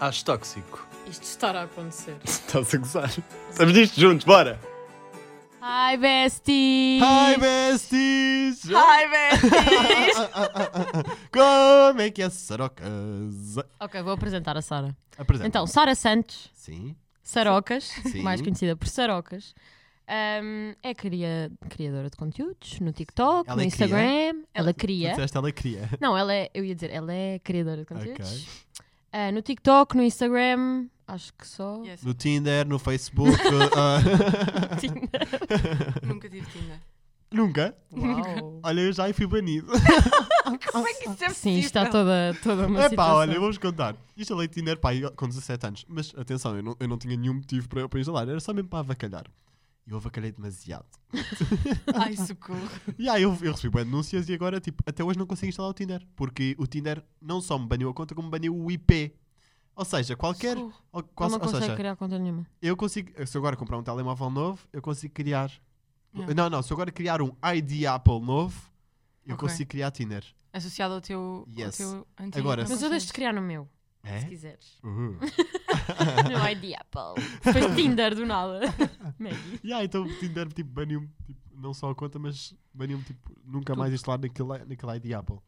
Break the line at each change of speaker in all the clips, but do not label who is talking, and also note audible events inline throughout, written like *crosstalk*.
Acho *laughs* tóxico.
Isto estará a acontecer.
Estás a gozar. Estamos nisto juntos, bora!
Hi, bestie!
Hi, besties!
Hi, bestie!
Como é que é a Sarocas?
ok, vou apresentar a Sara.
Apresenta.
Então, Sara Santos,
Sim.
Sarocas,
Tá. Sim.
mais conhecida por Sarocas, hum, é cria- criadora de conteúdos no TikTok,
Ela
no
é cria?
Instagram. Ela cria.
Disseste ela cria.
Não, ela é, eu ia dizer, ela é criadora de conteúdos.
Ok.
Ah, no TikTok, no Instagram, acho que só.
Yes,
No Tinder, no Facebook. *laughs* ah.
*laughs*
*laughs*
nunca tive Tinder.
Nunca.
Uau.
Olha, eu já fui banido.
Como é que isso é
Sim,
possível?
está toda, toda uma
É pá,
situação.
olha, vamos contar. Instalei Tinder pá, eu- com 17 anos. Mas atenção, eu não, eu não tinha nenhum motivo para, para instalar, era só mesmo para avacalhar. E eu avacalhei demasiado.
Ai, socorro.
E aí eu, eu recebi bué de denúncias e agora, tipo, até hoje não consigo instalar o Tinder. Porque o Tinder não só me baniu a conta, como baniu o IP. Ou seja, qualquer.
Socorro.
Ou,
Ela
qual-
não
ou
consegue
seja,
criar conta nenhuma.
eu consigo. Se eu agora comprar um telemóvel novo, eu consigo criar.
Yeah.
Não, não, se eu agora criar um ID Apple novo, eu
Ok.
consigo criar Tinder.
Associado ao teu,
Yes.
ao teu antigo.
Agora,
não
Mas eu
consegues.
deixo de criar no meu, se
É?
quiseres.
Uhum.
*laughs* No ID é Apple. Depois Tinder do *laughs* nada. Maggie.
Yeah, então o Tinder tipo, baniu-me, tipo, não só a conta, mas baniu-me tipo, nunca mais instalar naquele, naquele ID Apple.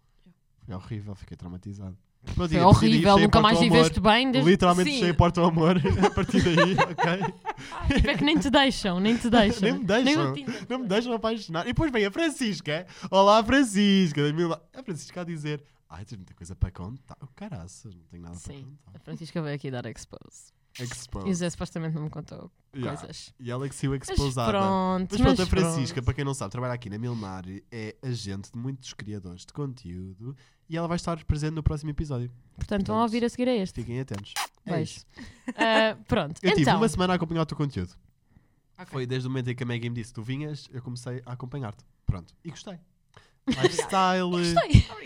Foi horrível, fiquei traumatizado. Pronto,
Foi
e a partir daí
É horrível,
fechei a
nunca
porta
mais tipo
ao amor.
viveste bem. Desde...
Literalmente
Sim.
fechei a porta ao amor *laughs* a partir daí, ok?
Tipo, é que nem te deixam, nem
*laughs*
te deixam.
Nem me
Nem
deixam.
o Tinder.
*laughs* Não me deixam apaixonar. E depois vem a Francisca. Olá, Francisca. da Mila. A Francisca a dizer: Ai, tens muita coisa para contar. Oh, caraças, não tenho nada
Sim.
para
A
contar.
Francisca veio aqui dar expose.
Expose.
E o Zé supostamente não me contou
Yeah.
coisas.
E ela é que se o
Mas
exposada.
pronto,
Mas pronto,
mas
a Francisca,
pronto.
para quem não sabe, trabalha aqui na Milmar, é agente de muitos criadores de conteúdo e ela vai estar presente no próximo episódio.
Portanto, vão ouvir a seguir a
*laughs*
este.
Fiquem atentos. É
Beijo.
isso.
Ah, pronto,
Eu tive
então.
uma semana a acompanhar o teu conteúdo.
Ok.
Foi desde o momento em que a Maggie me disse que tu vinhas, eu comecei a acompanhar-te. Pronto. E gostei.
*laughs*
Lifestyle,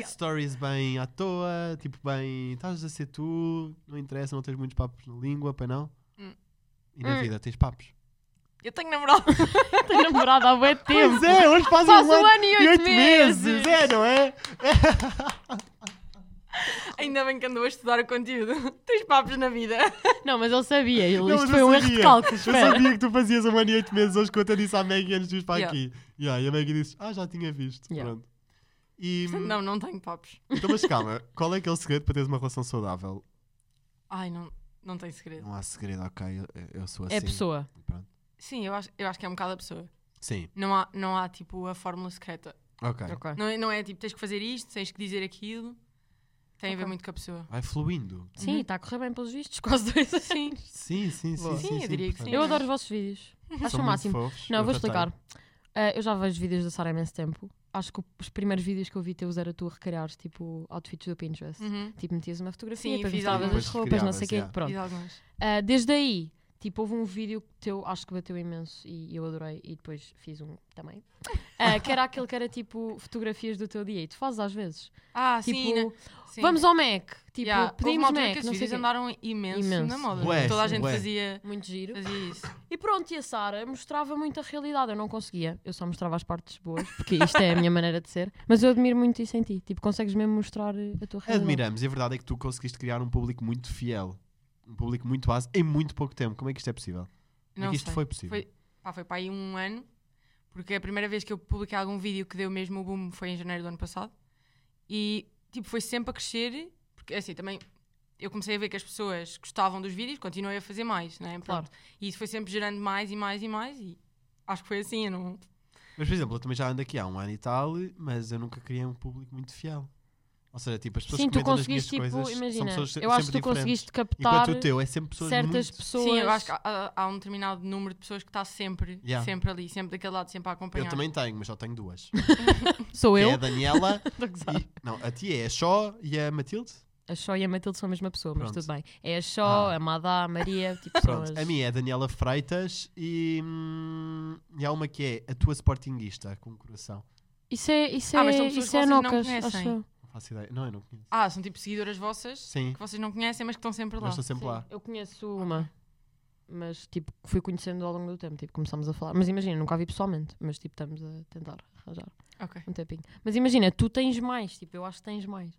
stories bem à toa, tipo bem, estás a ser tu, não interessa, não tens muitos papos na língua, pai não?
Hum.
E na
Hum.
vida, tens papos.
Eu tenho namorado.
*laughs*
*laughs*
Tenho namorado há bué tempo.
é, hoje faz
Faz um ano e oito meses.
é, não é?
Ainda bem que andou a estudar o conteúdo. *laughs* Tens papos na vida.
Não, mas ele sabia. Ele,
Não,
isto
mas
foi
eu
um
sabia.
erro de cálculo.
Eu
Espera.
sabia que tu fazias um ano e oito meses hoje quando eu disse à Maggie antes de ir para
Yeah.
aqui. Yeah, e a Maggie disse, ah, já tinha visto.
Yeah.
Pronto. E,
Portanto, é não, não tenho papos.
Então, mas calma, qual é que é o segredo para teres uma relação saudável?
Ai, não, não tenho segredo.
Não há segredo, ok, eu, eu sou assim.
É pessoa.
Pronto.
Sim, eu acho, eu acho que é um bocado a pessoa.
Sim,
Não há, não há tipo a fórmula secreta.
ok.
Ok.
Não, é- não é tipo tens que fazer isto, tens que dizer aquilo. Tem a ver
Ok.
muito com a pessoa.
Vai fluindo.
Sim, está a correr bem pelos vistos. Quase dois assim.
Sim, sim, sim.
Boa. Sim, eu diria que
portanto,
sim. é?
Eu adoro os vossos
*laughs*
vídeos. Acho
são
o
muito
máximo.
fofos,
Não, eu vou
já
explicar.
tenho.
Ah, eu já vejo vídeos da Sara há imenso tempo. Acho que os primeiros vídeos que eu vi teus era tu a recriares, tipo, outfits do Pinterest.
Uhum.
Tipo, metias uma fotografia,
Sim,
depois
fiz
misturavas
algumas.
as roupas, não sei o
Depois
quê.
criavas,
Pronto.
Fiz algumas.
Ah, desde aí, tipo, houve um vídeo teu, acho que bateu imenso e eu adorei, e depois fiz um
*laughs*
também. Ah, que era aquele que era tipo fotografias do teu dia, e tu fazes às vezes.
Ah,
Tipo,
sim, né? sim.
vamos ao Mac, tipo,
Yeah, houve uma
pedimos
altura
Mac,
que esses
não sei
vídeos
quê.
andaram imenso, na
Imenso.
moda.
Ué,
Toda a
sim,
gente
ué.
fazia,
Muito giro.
fazia isso.
é
E pronto, e a Sara mostrava muito a realidade. Eu não conseguia, eu só mostrava as partes boas, porque isto é a minha maneira de ser. Mas eu admiro muito isso em ti. Tipo, consegues mesmo mostrar eh, a tua realidade.
Admiramos, e a verdade é que tu conseguiste criar um público muito fiel. Um público muito base em muito pouco tempo. Como é que isto é possível? Como é
Não
que isto
sei.
foi possível?
Foi, pá, foi para aí um ano, porque a primeira vez que eu publiquei algum vídeo que deu mesmo o boom foi em janeiro do ano passado. E tipo, foi sempre a crescer, porque assim também eu comecei a ver que as pessoas gostavam dos vídeos, continuei a fazer mais, né? Pronto.
Claro.
E isso foi sempre gerando mais e mais e mais. E acho que foi assim, eu não.
Mas, por exemplo, eu também já ando aqui há um ano e tal, mas eu nunca criei um público muito fiel. Ou seja, tipo, as pessoas
Sim,
que
tu
comentam nas minhas
conseguiste, tipo,
coisas são
imagina.
pessoas se-
Eu acho que
sempre
tu
diferentes.
conseguiste captar
Enquanto o teu é sempre pessoas
certas
muito...
pessoas.
Sim, eu acho que há- há, há um determinado número de pessoas que está sempre,
Yeah.
sempre ali, sempre daquele lado, sempre a acompanhar.
Eu também tenho, mas só tenho duas.
Sou
Que
eu.
é a
*laughs*
Daniela
Estou a gozar.
e... Não, a ti é a Xó e a Matilde.
A Xó e a Matilde são a mesma pessoa, mas
Pronto.
tudo bem. É a Xó,
Ah.
a Madá, a Maria, tipo, são
Pronto,
as...
a minha é a Daniela Freitas e... hum, e há uma que é a tua Sportinguista, com coração.
Isso é, isso é,
Ah, mas são pessoas
isso
que
é
vocês não
Nocas,
conhecem.
acho eu.
Não faço ideia. Não, eu não conheço.
Ah, são tipo seguidoras vossas
Sim,
que vocês não conhecem, mas que estão sempre lá.
mas estou sempre
Sim,
lá.
Eu conheço uma, mas tipo, que fui conhecendo ao longo do tempo, tipo, começámos a falar. Mas imagina, nunca a vi pessoalmente, mas tipo, estamos a tentar arranjar
Ok.
um tempinho. Mas imagina, tu tens mais, tipo, eu acho que tens mais.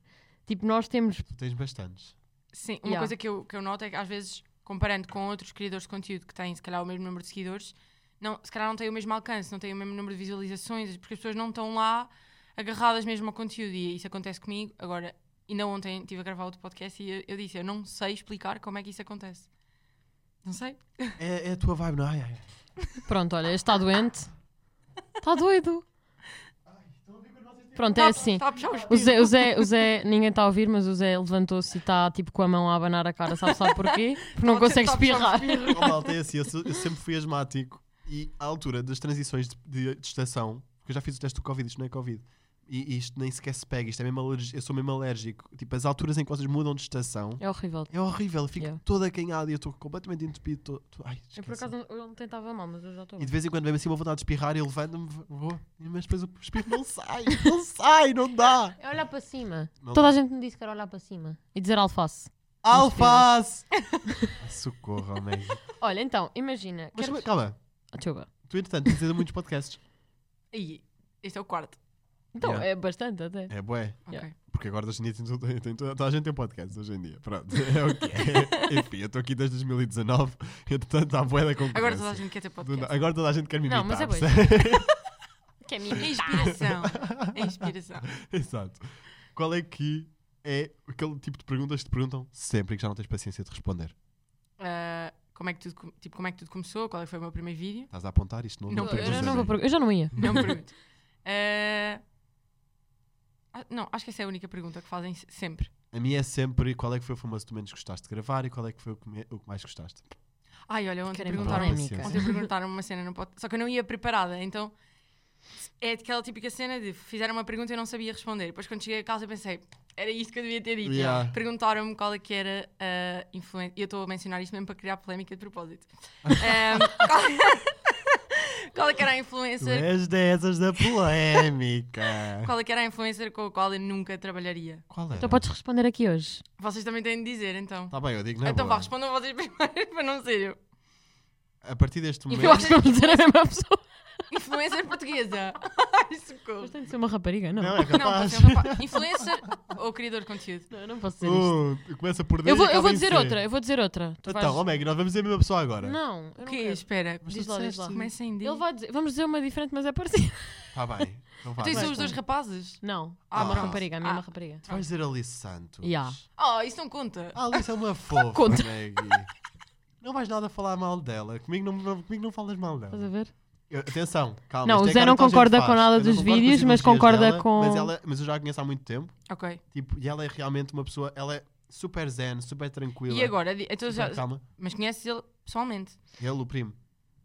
Tipo, nós temos
Tu tens bastantes.
Sim, uma
Yeah.
coisa que eu, que eu noto é que às vezes, comparando com outros criadores de conteúdo que têm se calhar o mesmo número de seguidores, não, se calhar não têm o mesmo alcance, não têm o mesmo número de visualizações, porque as pessoas não estão lá agarradas mesmo ao conteúdo e isso acontece comigo. Agora, ainda ontem estive a gravar outro podcast e eu, eu disse, eu não sei explicar como é que isso acontece. Não sei.
É, é a tua vibe, não é? Ai, ai.
Pronto, olha, este está doente. Está doido. Pronto, é assim.
Está a puxar os
O Zé, o Zé, o Zé- ninguém está a ouvir, mas o Zé levantou-se e está tipo com a mão a abanar a cara, sabe, sabe porquê? Porque não consegue espirrar.
Oh, malta, é assim, eu, sou- eu sempre fui asmático e à altura das transições de, de- de estação, porque eu já fiz o teste do Covid, isto não é Covid, e, e isto nem sequer se pega, isto é mesmo alergi- eu sou mesmo alérgico. Tipo, as alturas em que vocês mudam de estação
É horrível.
é horrível, eu fico
Yeah.
toda canhada e eu estou completamente entupido. tô- tô- ai,
Eu por
esquece.
acaso eu não tentava mal, mas eu já estou
E de vez em quando vem assim uma vontade de espirrar e eu levanto-me, vou, mas depois o espirro não sai, não sai, não dá.
É olhar para cima.
Não
Toda
dá.
a gente um me disse que era olhar para cima. E dizer alface.
Alface! Ah, Socorro, homem.
Olha, então, imagina.
Mas
queres-
calma,
Ah, deixa eu ver.
tu entretanto tens ido a muitos podcasts.
Ih, este é o quarto.
Então,
Yeah.
é bastante até.
É bué.
Ok.
Porque agora hoje em dia tem tudo, tem tudo- toda a gente tem um podcast hoje em dia. Pronto, *laughs* é o que é. Enfim, eu estou aqui desde 2019, entretanto há boa da concorrência.
Agora toda a gente quer ter
Do na-
podcast.
agora toda a gente quer me imitar.
um Não, mas é bué.
percebe?
Que é
Inspiração. É Inspiração.
*laughs* Exato. Qual é que é aquele tipo de perguntas que te perguntam sempre e que já não tens paciência de responder?
Ah, como, é que tudo, com- tipo, como é que tudo começou? Qual é que foi o meu primeiro
*laughs*
vídeo?
Estás a apontar isto? Não,
Não,
Eu,
não,
eu
perguntas
já
a
não vou
mim.
pergun- eu já não ia.
Não me pergunto. Eh, ah, não, acho que essa é a única pergunta que fazem se- sempre.
A minha é sempre qual é que foi o famoso que tu menos gostaste de gravar e qual é que foi o que, me- o que mais gostaste.
Ai, olha, ontem
Querem
perguntar
perguntaram-me
isso.
polémica.
ontem perguntaram uma cena no podcast. Só que eu não ia preparada, então é aquela típica cena de fizeram uma pergunta e eu não sabia responder. Depois quando cheguei a casa eu pensei, era isto que eu devia ter dito.
Yeah.
Perguntaram-me qual é que era a influência. E eu estou a mencionar isto mesmo para criar polémica de propósito. Ehm, qual... *laughs* qual é que era a
Tu
influencer?
és dessas
*laughs*
da polémica.
Qual é que era a influencer com a qual eu nunca trabalharia?
qual é?
Então podes responder aqui hoje.
Vocês também têm de dizer, então.
Tá bem, eu digo, não é
então vá,
boa.
respondam vocês *laughs* primeiro para não ser eu.
A partir deste
E
momento.
Eu acho que vamos dizer a mesma pessoa.
Influencer portuguesa. *laughs* Ai, socorro.
Mas tem de ser uma rapariga, não.
Não, é
Não, pode
capaz.
ser um rapaz. Influencer ou criador de conteúdo?
Não, eu não posso dizer isto.
Uh, começa por D
Eu
e
vou, eu
acaba
vou
em
dizer
C.
outra, eu vou dizer outra. Tu
Então,
vais-
ó Meg, nós vamos dizer a mesma pessoa agora.
Não, eu
O
não
quê?
quero.
Espera,
Mas
Diz
tu
lá, diz
disseste-
lá.
começa em D.
Ele vai dizer, vamos dizer uma diferente, mas é parecida.
Tá bem. Então vai.
Então isso
vai.
são os dois rapazes?
*laughs* Não,
Ah,
é uma
pronto.
rapariga, a minha é uma
Ah.
rapariga.
Tu vais dizer Alice Santos.
Ya.
Oh, isso não conta.
A Alice é uma
*laughs*
fofa,
conta.
Meg. Não vais nada falar mal dela. Comigo não, não- comigo não falas mal
Estás a
dela.
ver?
Eu- atenção, calma.
Não,
isto
o
é
Zé
cara
não
que toda a gente
concorda com
faz.
nada
Eu não
dos
concordo com as
vídeos, mas
ideologias
concorda
dela,
com-
Mas, ela, mas eu já a conheço há muito tempo.
Ah. Ok.
Tipo, e ela é realmente uma pessoa. Ela é super zen, super tranquila.
E agora? Di- Então,
Super
já-
calma.
Mas conheces ele pessoalmente?
Ele, o primo.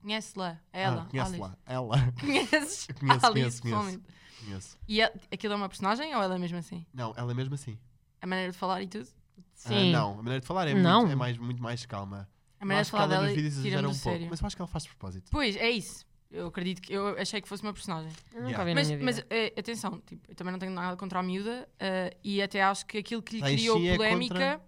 Conheces-la? a
Ah,
Ela?
conhece
Alice.
lá. Ela. *laughs*
Conheces?
Eu conheço,
a
conheço, conheço.
Alice pessoalmente.
Conheço.
E a- aquilo é uma personagem ou ela é mesmo assim?
Não, ela é mesmo assim.
A maneira de falar e tudo?
Ah,
Sim.
não, a maneira de falar é,
Não.
Muito, é mais, muito mais calma.
A
eu
maneira
acho que
de falar
ela
dela
nos vídeos
tira-me
exagera
do
um pouco.
sério.
Mas eu acho que ela faz de propósito.
Pois, é isso. Eu acredito que. Eu achei que fosse uma personagem.
Eu nunca
Yeah.
vi na
Mas,
minha vida.
mas, eh, atenção, tipo, eu também não tenho nada contra a miúda eh, e até acho que aquilo que lhe
Lá em
criou
si é
polémica.
contra-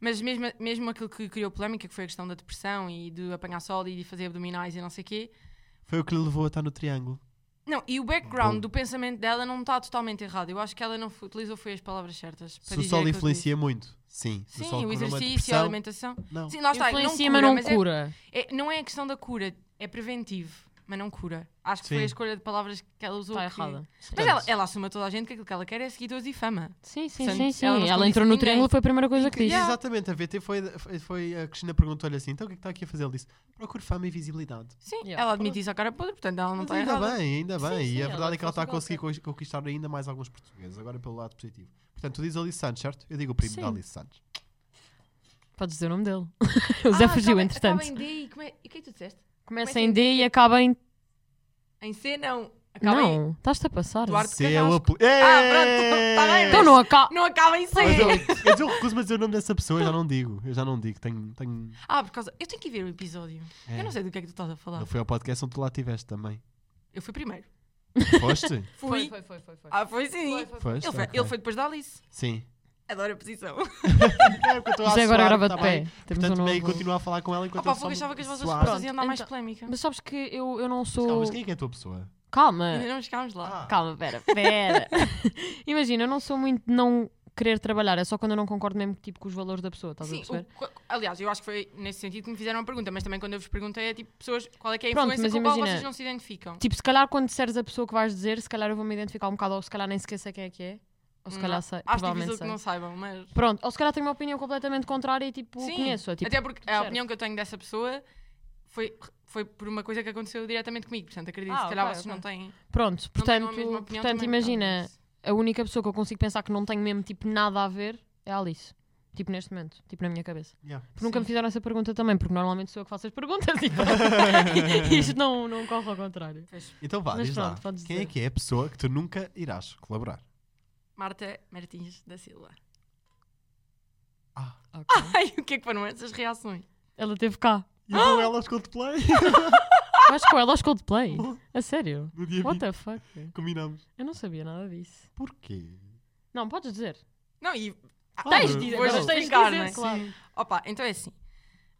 Mas mesmo, mesmo aquilo que lhe criou polémica, que foi a questão da depressão e de apanhar sol e de fazer abdominais e não sei o quê.
Foi o que lhe levou a estar no triângulo.
Não, e o background
Bom.
do pensamento dela não está totalmente errado. Eu acho que ela não foi- utilizou foi as palavras certas. Para
Se o
dizer
sol
aquilo que
influencia muito. Sim.
disse. Sim,
sol
o
cura uma
exercício, a
depressão.
alimentação.
Não.
Sim, lá está. Não
Influencia,
cura,
mas não
mas é-
cura.
é- não é a questão da cura, é preventivo, mas não cura. Acho que
Sim.
foi a escolha de palavras que ela usou.
Está
que-
Tá errada.
Mas
Portanto,
ela, ela assume a toda a gente que aquilo que ela quer é seguidores e fama.
Sim, sim,
Portanto,
sim, sim.
ela não
Ela, entrou
esconde isso de
no
ninguém.
triângulo, foi a primeira coisa que
Isso,
disse.
Yeah.
Exatamente, a VT foi, foi, foi- a Cristina perguntou-lhe assim: então o que é que está aqui a fazer? Ele disse: procuro fama e visibilidade.
Sim,
Yeah.
ela admite isso à cara podre, portanto ela não
Mas
está
ainda
errada.
bem, ainda bem.
sim,
e a
ela
verdade é que
fez o
ela está a
que ela
conseguir co- conquistar ainda mais alguns portugueses, agora pelo lado positivo. Portanto, tu dizes Alice Santos, certo? Eu digo o primo
Sim.
da Alice Santos.
Podes dizer o nome dele. *laughs*
Ah,
o Zé
tá
fugiu, entretanto.
Acaba em D e, como é- e o que é que tu disseste?
Começa
começa
em
em
D e acaba em.
Em C não. Acaba em...
Não, estás-te a passar.
Duarte
Se é o
Carrasco.
apelido.
Ah, pronto, tá
Então não acaba.
Não acaba em C.
Mas eu, mas eu recuso-me a dizer o nome dessa pessoa, eu já não digo. Eu já não digo. Tenho. tenho
Ah, por causa... Eu tenho que ir ver o episódio.
é.
Eu não sei do que é que tu estás a falar.
Não foi ao podcast onde tu lá estiveste também.
Eu fui primeiro. *laughs*
Foste?
Fui.
foi, foi, foi. foi.
Ah, foi sim.
Foste?
Ele, foi,
Ok.
ele foi depois da Alice.
Sim.
*laughs* Adoro a posição.
É, porque eu estou a
Zé agora
suar,
grava
tá
de pé.
bem.
Temos
Portanto,
um
meio
novo-
continua a falar com ela enquanto
Opa,
eu só
fogo, achava que as vossas
suar.
respostas
Pronto,
iam dar mais
então-
polémica.
Mas sabes que eu, eu não
Calma,
sou.
mas quem é que é a tua pessoa?
Calma.
Ainda não chegámos lá.
*laughs*
Ah,
Calma, pera, pera. Imagina, eu não sou muito não querer trabalhar, é só quando eu não concordo mesmo tipo, com os valores da pessoa, estás a
Sim,
perceber?
o- co- aliás, eu acho que foi nesse sentido que me fizeram a pergunta, mas também quando eu vos perguntei é tipo pessoas, qual é que é a
Pronto,
influência
mas
com a qual
imagina-
vocês não se identificam?
Tipo, se calhar quando disseres a pessoa que vais dizer, se calhar eu vou-me identificar um bocado, ou se calhar nem sequer sei quem é que é, ou se calhar
Não,
sei,
Hum. acho
provavelmente
difícil
sei.
que não saibam, mas
Pronto, ou se calhar tenho uma opinião completamente contrária e tipo,
Sim,
conheço-a. Tipo,
até porque a
certo.
opinião que eu tenho dessa pessoa foi, foi por uma coisa que aconteceu diretamente comigo, portanto acredito
Ah,
que se calhar
ok,
vocês
ok.
não têm,
Portanto,
não tenham a
portanto,
mesma opinião
portanto
também então, é por causa
imagina,
disso.
a única pessoa que eu consigo pensar que não tem mesmo tipo nada a ver é a Alice. Tipo neste momento, tipo na minha cabeça.
Yeah.
Porque nunca
Sim.
me fizeram essa pergunta também, porque normalmente sou eu que faço as
*laughs*
perguntas e isto não, não corre ao contrário.
Pois,
Então vá,
Mas
diz
pronto,
lá.
podes
Quem é
dizer.
que é a pessoa que tu nunca irás colaborar?
Marta Martins da Silva. *laughs*
Ah,
Ai, o que é que foram essas reações?
Ela teve cá.
e então vão elas com o play
Eu acho que com ela aos
*laughs*
Coldplay. A sério?
*laughs* no dia
What
20.
the fuck?
Combinamos.
Eu não sabia nada disso.
Porquê?
Não, podes dizer.
Não, e Ah,
Claro.
Tens de dizer,
vou
Pois,
não,
tens
tens de
justificar, não
dizer,
é?
claro.
Opa, então é assim.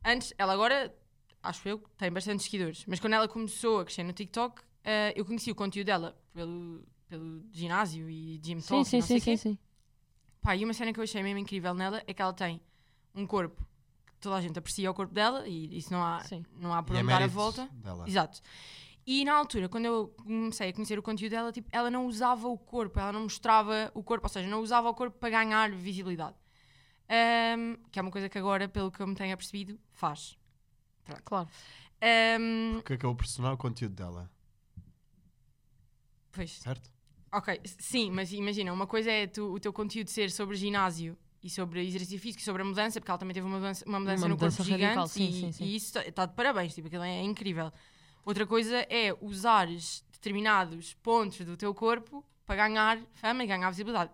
Antes, ela agora, acho eu, que tem bastante seguidores. Mas quando ela começou a crescer no TikTok, eh, eu conheci o conteúdo dela pelo, pelo ginásio e gym
Sim,
talk e
sim, sim,
não sei
sim,
quê.
sim.
Pá, e uma cena que eu achei mesmo incrível nela é que ela tem um corpo que toda a gente aprecia o corpo dela e isso não há,
Sim.
não há por
E é
onde dar a
mérito
volta.
Dela.
Exato. E na altura, quando eu comecei a conhecer o conteúdo dela, tipo, ela não usava o corpo, ela não mostrava o corpo, ou seja, não usava o corpo para ganhar visibilidade. Ahm, que é uma coisa que agora, pelo que eu me tenho apercebido, faz.
Claro.
Ahm,
Porque acabou por se tornar é o conteúdo dela,
pois,
certo?
ok, s- sim, mas imagina, uma coisa é tu- o teu conteúdo ser sobre ginásio e sobre exercício físico e sobre a mudança, porque ela também teve uma mudança, uma mudança
Uma
no
mudança
corpo
radical,
gigante
sim,
e,
sim, sim.
e isso está de parabéns, tipo, aquilo é incrível. Outra coisa é usares determinados pontos do teu corpo para ganhar fama e ganhar visibilidade.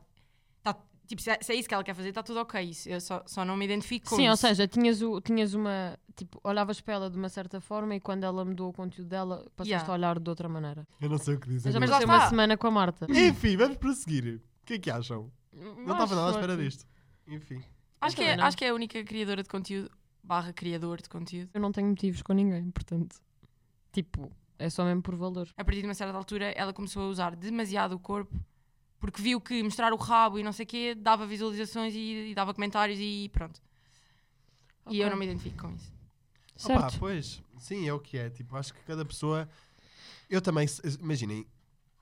Tá- tipo, se é, se é isso que ela quer fazer, está tudo ok. Isso, eu só, só não me identifico com
Sim,
isso.
ou seja, tinhas, o, tinhas uma. Tipo, olhavas para ela de uma certa forma e quando ela mudou o conteúdo dela, passaste
Yeah.
a olhar de outra maneira.
Eu não sei o que dizer.
Mas,
Mas
mas
lá
uma
está.
semana com a Marta.
Enfim, vamos prosseguir. O que é que acham? Não estava nada à espera disto. Enfim.
acho, que
também
é,
não.
acho que é a única criadora de conteúdo, barra criador de conteúdo,
Eu não tenho motivos com ninguém, portanto. Tipo, é só mesmo por valor.
a partir de uma certa altura, ela começou a usar demasiado o corpo porque viu que mostrar o rabo e não sei o quê dava visualizações e, e dava comentários e pronto. E eu
Ok.
não me identifico com isso.
Certo.
Opa, pois, sim, é o que é. Tipo, acho que cada pessoa. Eu também. se- Imaginem,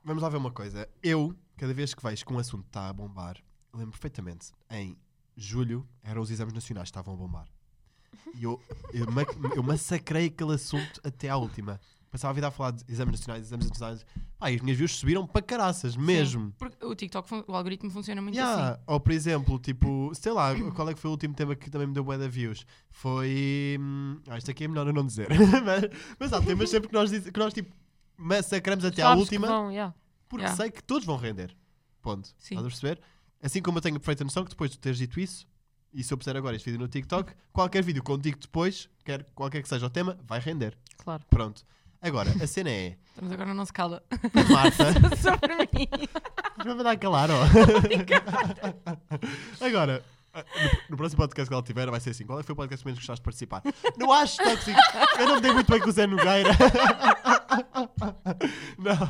vamos lá ver uma coisa. Eu, cada vez que vejo que um assunto está a bombar, lembro perfeitamente, em julho eram os exames nacionais que estavam a bombar. E eu, eu, ma- eu massacrei aquele assunto até à última. Passava a vida a falar de exames nacionais, exames nacionais. Pá, e as minhas views subiram para caraças, mesmo.
Porque o TikTok, fun- o algoritmo funciona muito
Yeah.
assim.
Ou por exemplo, tipo, sei lá, *coughs* qual é que foi o último tema que também me deu bué de views? Foi. hum, Ah, isto aqui é melhor eu não dizer. *laughs* mas, mas há temas sempre que nós, diz- que nós tipo, massacramos até à
Sabes que
última,
vão, yeah.
porque
Yeah.
sei que todos vão render. Ponto.
Sim.
Estás a perceber? Assim como eu tenho perfeita noção que depois de teres dito isso, e se eu puser agora este vídeo no TikTok, qualquer vídeo contigo depois, quer, qualquer que seja o tema, vai render.
Claro.
Pronto. Agora, a cena
*laughs*
é.
Estamos assim, agora não se cala.
a
*laughs*
Marta.
Sobre mim.
Vai mandar calar, ó. Agora, ah, no, no próximo podcast que ela tiver, vai ser assim: qual é que foi o podcast que menos gostaste de participar? Não acho tóxico. Eu não me dei muito bem com o Zé Nogueira. *laughs* Não.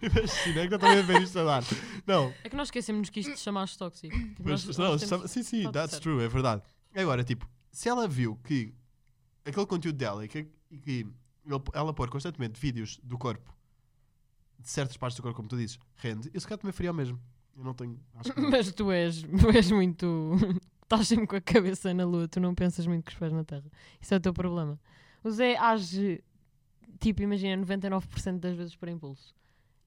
Imagina, é que eu também a ver isto a dar. Não,
É que nós esquecemos que isto te chamaste tóxico. Tipo,
mas,
nós-
não,
nós
sabe-
temos-
sim, sim,
pode
that's
ser.
true, é verdade. Agora, tipo, se ela viu que aquele conteúdo dela e que, e que ele- ela pôr constantemente vídeos do corpo, de certas partes do corpo, como tu dizes, rende, eu se calhar também faria o mesmo. Eu não tenho. Acho que não.
*laughs* Mas tu és, tu és muito. *laughs* Estás sempre com a cabeça na lua, tu não pensas muito com os pés na terra. Isso é o teu problema. O Zé age, tipo, imagina, 99% das vezes por impulso.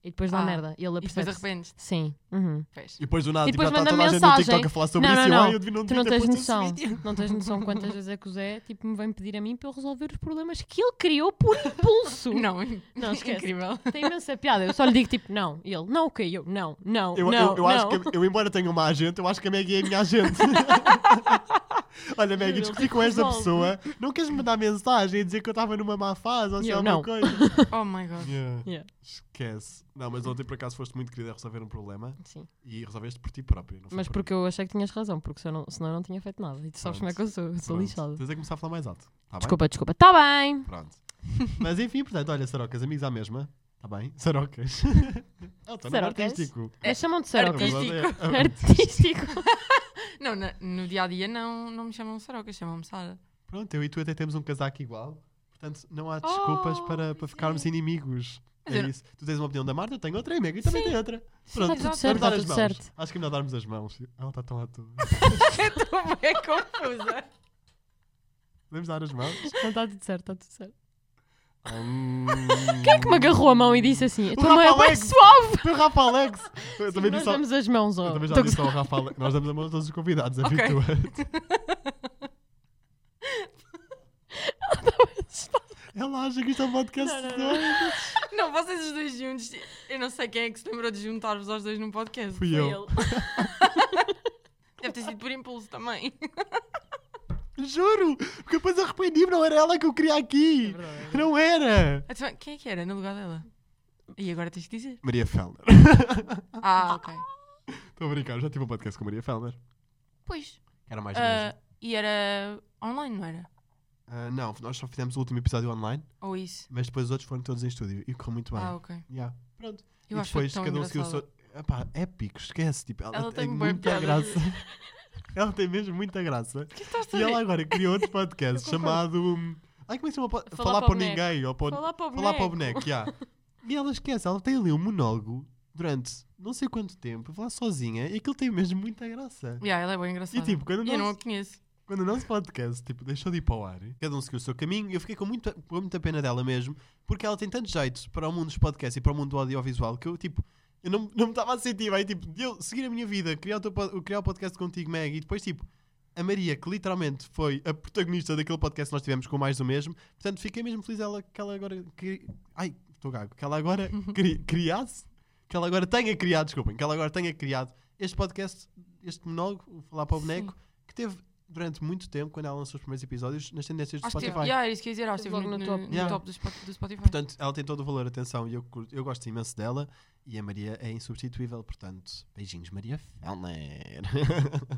E depois dá
Ah,
merda. E ele
e depois
apercebe.
de repente,
Sim. uhum.
fez.
E depois do nada,
E
tipo, já
depois
está
manda
toda a gente no
mensagem.
TikTok a falar sobre
Não, não,
isso e eu,
não.
ai, eu devia não
Tu
devia
não
ter
tens
posto esse
noção.
vídeo."
Não tens noção quantas vezes é que o Zé tipo, me vem pedir a mim para eu resolver os problemas que ele criou por impulso.
*laughs* Não,
Não, esquece.
incrível.
Tem imensa piada. Eu só lhe digo tipo, não. E ele, não, ok, eu, não, não.
Eu,
não,
eu, eu acho
não."
que, é eu, embora tenha uma agente, eu acho que a Maggie é a minha agente.
*laughs*
Olha, Maggie,
ele
discuti
te
com esta
resolve.
pessoa. Não queres me mandar mensagem e dizer que eu estava numa má fase ou
E
se é
eu,
alguma
"Não."
coisa?
Oh my god.
Yeah.
Yeah.
Esquece. Não, mas ontem por acaso foste muito querida a resolver um problema
Sim.
e resolveste por ti própria. Não foi
Mas
por
porque eu achei que tinhas razão, porque senão, senão eu não tinha feito nada. E tu sabes
Pronto.
como é que eu sou, eu sou
Pronto.
lixada.
Tens a começar a falar mais alto. Tá bem? *laughs*
Desculpa, desculpa. Tá bem!
Pronto. Mas enfim, portanto, olha, Sarocas, amigos à mesma. Está bem?
*laughs*
Sarocas. é o teu nome
Sarocas?
artístico.
Mas chamam-te Saroca.
Artístico.
*laughs*
Artístico.
Não, na- no dia a dia não, não me chamam Saroca, chamam-me Sara.
Pronto, eu e tu até temos um casaco igual. Portanto, não
Oh,
há desculpas para, para ficarmos inimigos.
Mas eu
é
não-
isso. Tu tens uma opinião da Marta, eu tenho outra, e a Maggie também tem outra. Pronto,
tudo
vamos
certo,
dar
tá
as
tudo
mãos.
certo.
Acho que é melhor darmos as mãos. Ela está tão à toa.
Estou Tá bem é confusa.
Podemos dar as mãos?
Não
tá
está tudo certo, está tudo certo.
Quem
Quem é que me agarrou a mão e disse assim? A tua
Rafa
mão é bem
Alex.
suave.
Foi o
*laughs*
Rafa Alex! Eu também,
Nós
disse ao,
damos as mãos, ó.
eu também já
Tô
disse
gozando.
ao Rafa Alex. Nós damos a mão a todos os convidados, é
*laughs*
Ok.
habitua-te. Ela acha que isto é um podcast
Não, não,
de
não.
dois.
Não, vocês os dois juntos. Eu não sei quem é que se lembrou de juntar-vos aos dois num podcast.
Fui eu.
Deve ter sido por impulso também.
Juro! Porque depois arrependi-me, não era ela que eu queria
É
aqui! Não era!
Então, Quem é que era no lugar dela? E agora tens que dizer.
Maria *laughs* Fellner.
Ah, ok.
Estou a brincar, já tive um podcast com a Maria Fellner.
Pois.
Era mais
ah, e era online, não era?
Ah, não, nós só fizemos o último episódio online,
Ou isso?
mas depois os outros foram todos em estúdio e correu muito bem.
Ah, ok.
Yeah. Pronto.
Eu
e
acho que
depois
tão
cada um seguiu o
engraçada.
seu. Epá, épico, esquece. Tipo, ela,
Ela
tem,
tem bué
muita
piada.
graça. ela tem mesmo muita graça.
O que estás a
E
ver?
ela agora criou outro podcast
Eu concordo.
chamado. hum, Ai, como é que se chama? Falar,
Falar
Falar
para o
para
boneco.
ninguém. Ou para...
Falar para o
Falar para o
boneco.
boneco, yeah. E ela esquece, ela tem ali um monólogo durante não sei quanto tempo, a falar sozinha, e aquilo tem mesmo muita graça.
Yeah, ela é bem engraçada.
E tipo, quando
E eu não
nós,
a conheço.
quando o nosso podcast tipo, deixou de ir para o ar, cada um seguiu o seu caminho, e eu fiquei com muita, com muita pena dela mesmo, porque ela tem tanto jeito para o mundo dos podcasts e para o mundo do audiovisual que eu, tipo, eu não, não me estava a sentir bem, tipo, de eu seguir a minha vida, criar o, teu, pod- criar o podcast contigo, Meg, e depois, tipo, a Maria, que literalmente foi a protagonista daquele podcast que nós tivemos com o mais do mesmo, portanto, fiquei mesmo feliz ela, que ela agora. cri- ai, estou gago, que ela agora cri- criasse, que ela agora tenha criado, desculpem, que ela agora tenha criado este podcast, este monólogo, o Falar para o
Sim.
Boneco, que teve durante muito tempo, quando ela lançou os primeiros episódios, nas tendências do
Acho que é
Spotify.
teve. Yeah, era isso que eu ia dizer. Acho que
Esteve
teve no,
logo
no,
no
top.
top.
no
Yeah.
top do, Spo- do Spotify.
Portanto, ela tem todo o valor, atenção, e eu, curto- eu gosto imenso dela. E a Maria é insubstituível, portanto, beijinhos, Maria Fellner. *laughs*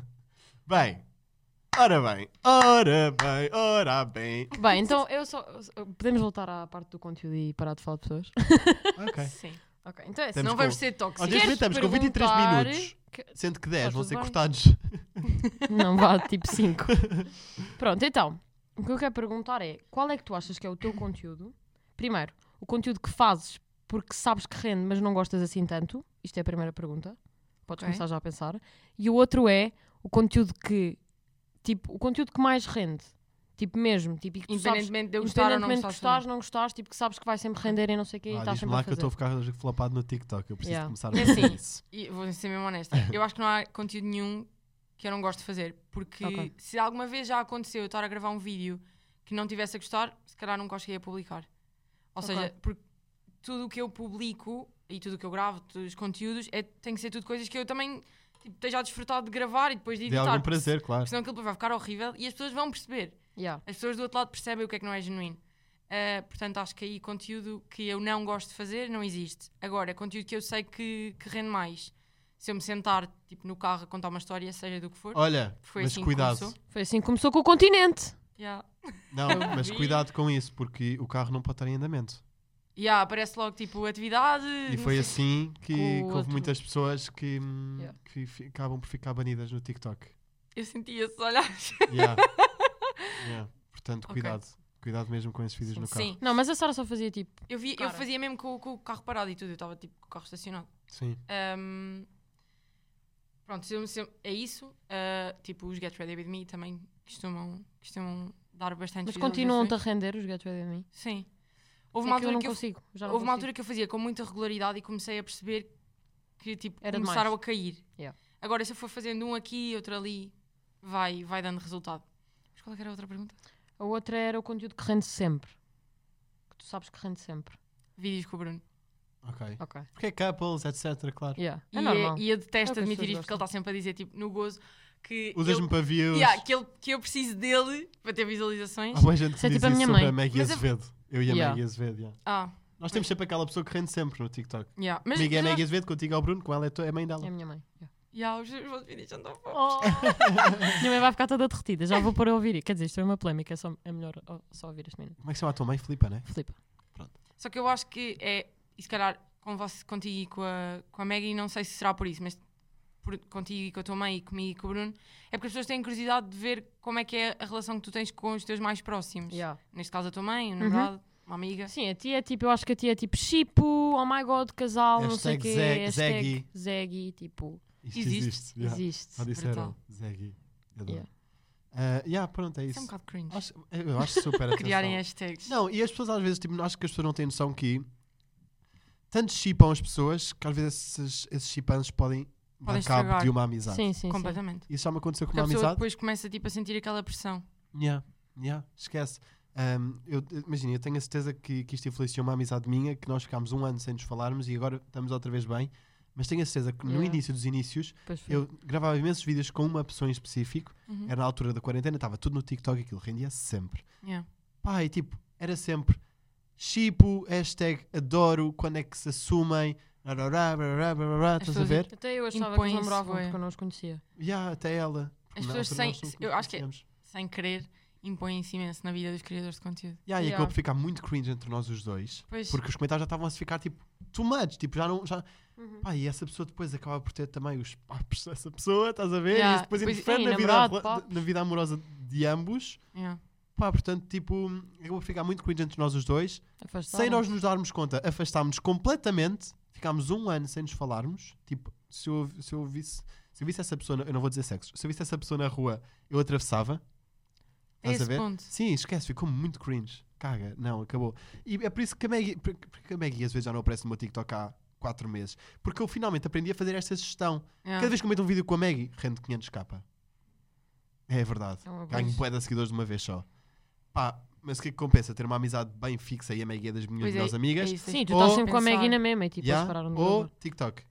bem, ora bem, ora bem, ora bem.
Bem, então eu só. Podemos voltar à parte do conteúdo e parar de falar de pessoas?
Ok.
Sim.
Ok, então é assim.
Temos
não vamos
com-
ser
Olha,
tóxicos.
neste momento estamos com 23
perguntar
minutos,
que-
sendo que 10
Tá
vão
tudo
ser
bem.
cortados.
Não vá
*laughs*
tipo 5. Pronto, então, o que eu quero perguntar é: qual é que tu achas que é o teu conteúdo? Primeiro, o conteúdo que fazes porque sabes que rende, mas não gostas assim tanto. Isto é a primeira pergunta. Podes
Ok.
começar já a pensar. E o outro é o conteúdo que, tipo, o conteúdo que mais rende. Tipo mesmo, tipo, e que tu sabes,
Independentemente de eu gostar ou não
independentemente de
gostar.
gostares, não gostares, tipo, que sabes que vai sempre render e não sei o quê, e
Ah,
estás
Diz-me
sempre a
lá que eu
fazer.
estou a ficar flapado no TikTok, eu preciso
Yeah.
começar a
É
fazer
assim.
isso.
E vou ser
*laughs*
mesmo honesta. Eu acho que não há conteúdo nenhum que eu não gosto de fazer. Porque
Ok.
se alguma vez já aconteceu eu estar a gravar um vídeo que não tivesse a gostar, se calhar nunca o cheguei a publicar. Ou
Ok.
seja, porque tudo o que eu publico e tudo o que eu gravo, todos os conteúdos, é, tem que ser tudo coisas que eu também tipo, esteja a desfrutar de gravar e depois de
Dê
editar.
algum
porque
prazer, claro.
se- Senão aquilo depois vai ficar horrível e as pessoas vão perceber.
Yeah.
As pessoas do outro lado percebem o que é que não é genuíno. Ah, portanto, acho que aí conteúdo que eu não gosto de fazer não existe. Agora, conteúdo que eu sei que, que rende mais. Se eu me sentar tipo, no carro a contar uma história, seja do que for.
Olha,
Foi
mas
assim que
cuidado.
começou.
Foi assim que começou com o continente.
Yeah.
Não,
Eu
mas
vi.
cuidado com isso, porque o carro não pode estar em andamento.
Yeah, aparece logo tipo atividade.
E
não
foi
sei-
assim
Com
que,
o
que houve
outro.
muitas pessoas que, hum,
Yeah.
que fi- acabam por ficar banidas no TikTok.
*laughs* Eu senti esses
*laughs*
olhares.
Yeah. Yeah. Portanto,
Ok.
cuidado. Cuidado mesmo com esses vídeos no carro.
Sim,
Não, mas a Sara só fazia tipo.
eu, vi, eu
Cara.
fazia mesmo com, com o carro parado e tudo. Eu estava tipo com o carro estacionado.
Sim.
Ahm, pronto, se eu- se eu- é isso. Ah, tipo, os Get Ready With Me também costumam, costumam dar bastante
Mas continuam-te a
visualizações.
render os gatos de mim.
Sim.
É
Houve uma
que eu
altura
não
que eu
consigo. já não
Houve uma
consigo.
altura que eu fazia com muita regularidade e comecei a perceber que tipo,
Era
começaram
demais.
a cair.
Yeah.
Agora, se eu for fazendo um aqui e outro ali, vai, vai dando resultado. Mas qual é que era a outra pergunta?
A outra era o conteúdo que rende sempre. Que tu sabes que rende sempre.
Vídeos com o Bruno.
Ok.
Ok.
Porque é couples, etc, claro.
Yeah. É
e,
normal.
e eu detesto
É o que as
admitir
pessoas
isto porque ele está sempre a dizer, tipo, no gozo, que,
Usas-me
ele,
para views.
Yeah, que, ele- que eu preciso dele para ter visualizações.
Há mais gente que
Isso é
diz
tipo a
isso
minha
sobre
mãe.
a Maggie
Mas eu-
Azevedo. Eu e a
Yeah.
Maggie Azevedo, yeah.
Ah,
Nós temos sempre aquela pessoa que rende sempre no TikTok.
yeah. Mas,
Comigo é a
mas eu
Maggie Azevedo, contigo é o Bruno, com ela é, tu, é a mãe
É
dela.
a minha mãe. *laughs* Yeah.
acho- Yeah, os os vossos vídeos são tão
Oh,
fofos.
*laughs* minha mãe vai ficar toda derretida. Já vou pôr a ouvir. Quer dizer, isto é uma polémica. É, só, é melhor ó, só ouvir este menino.
Como é que se chama a tua mãe? Filipa, né?
Filipa.
Só que eu acho que é. E se calhar com você, contigo e com a, com a Maggie, não sei se será por isso, mas por, contigo e com a tua mãe e comigo e com o Bruno, é porque as pessoas têm curiosidade de ver como é que é a relação que tu tens com os teus mais próximos.
Yeah. Uhum.
Neste caso, a tua mãe, o namorado, uma amiga.
Sim, a tia é tipo, eu acho que a tia é tipo chipo, oh my god, casal, não sei o
Hashtag
quê,
zeg-
hashtag
zeggy.
zeggy, tipo,
Isto
Existe,
existe. yeah.
existe.
Já disseram,
Brutal.
Zeggy. Adoro.
Yeah.
Ah, yeah, pronto, é
Isso
isso.
é um bocado cringe.
Acho- eu acho
*laughs*
super atenção.
Criarem hashtags.
Não, e as pessoas às vezes, tipo, acho que as pessoas não têm noção que tanto chipam as pessoas que às vezes esses, esses chipãs podem,
Podem
dar cabo
estragar.
de uma amizade.
Sim, sim, sim.
Completamente.
Isso já me aconteceu com
Porque a
uma
pessoa
amizade.
depois começa tipo, a sentir aquela pressão.
Yeah, yeah, esquece. Um, eu, imagina, eu tenho a certeza que, que isto influenciou uma amizade minha, que nós ficámos um ano sem nos falarmos e agora estamos outra vez bem. Mas tenho a certeza que no
Yeah.
início dos inícios
Depois foi.
eu gravava imensos vídeos com uma pessoa em específico,
Uhum.
era na altura da quarentena, estava tudo no TikTok e aquilo rendia sempre.
Yeah.
Pá, e tipo, era sempre chipo, hashtag adoro, quando é que se assumem, rarará, rarará, rarará, estás a
pessoas
ver?
Até eu achava que
Impõe-se,
eles namoravam
bué.
porque eu não os conhecia.
Yeah, até ela.
As
Na
pessoas
altura
sem-
nós não
eu acho que- é-
conhecíamos.
Sem querer, impõem-se imenso na vida dos criadores de conteúdo.
Yeah, E
Yeah.
acabou por ficar muito cringe entre nós os dois.
Pois,
Porque os comentários já estavam a se ficar tipo too much, tipo já não. Já...
Uhum.
Pá, e essa pessoa depois acaba por ter também os papos dessa pessoa, estás a ver?
Yeah,
E isso depois
depois,
interfere
ei,
na, vida,
namorado,
rela-
papos.
na vida amorosa de ambos.
yeah.
Pá, portanto, tipo, acabou por ficar muito cringe entre nós os dois.
Afastaram-se.
Sem nós nos darmos conta, afastámos-nos completamente, ficámos um ano sem nos falarmos. Tipo, se eu, se eu visse. Se eu visse essa pessoa, na- eu não vou dizer sexo, se eu visse essa pessoa na rua, eu atravessava.
A
Estás a
esse
ver?
ponto.
Sim, esquece, ficou muito cringe. Caga, não, acabou. E é por isso que a Maggie, por- porque a Maggie às vezes já não aparece no meu TikTok há 4 meses. Porque eu finalmente aprendi a fazer esta gestão.
Yeah.
Cada vez que eu meto um vídeo com a Maggie, rende 500k. É verdade.
É uma
Ganho
coisa.
bué de seguidores de uma vez só. Pá, mas o que é que compensa? Ter uma amizade bem fixa e a Maggie é das minhas
Pois é,
melhores amigas.
é isso,
Sim,
um tens
tu
Ou-
estás
de
sempre com a
pensar.
Maggie na mesma e tipo,
Yeah,
eles pararam de
Ou
gravar.
TikTok.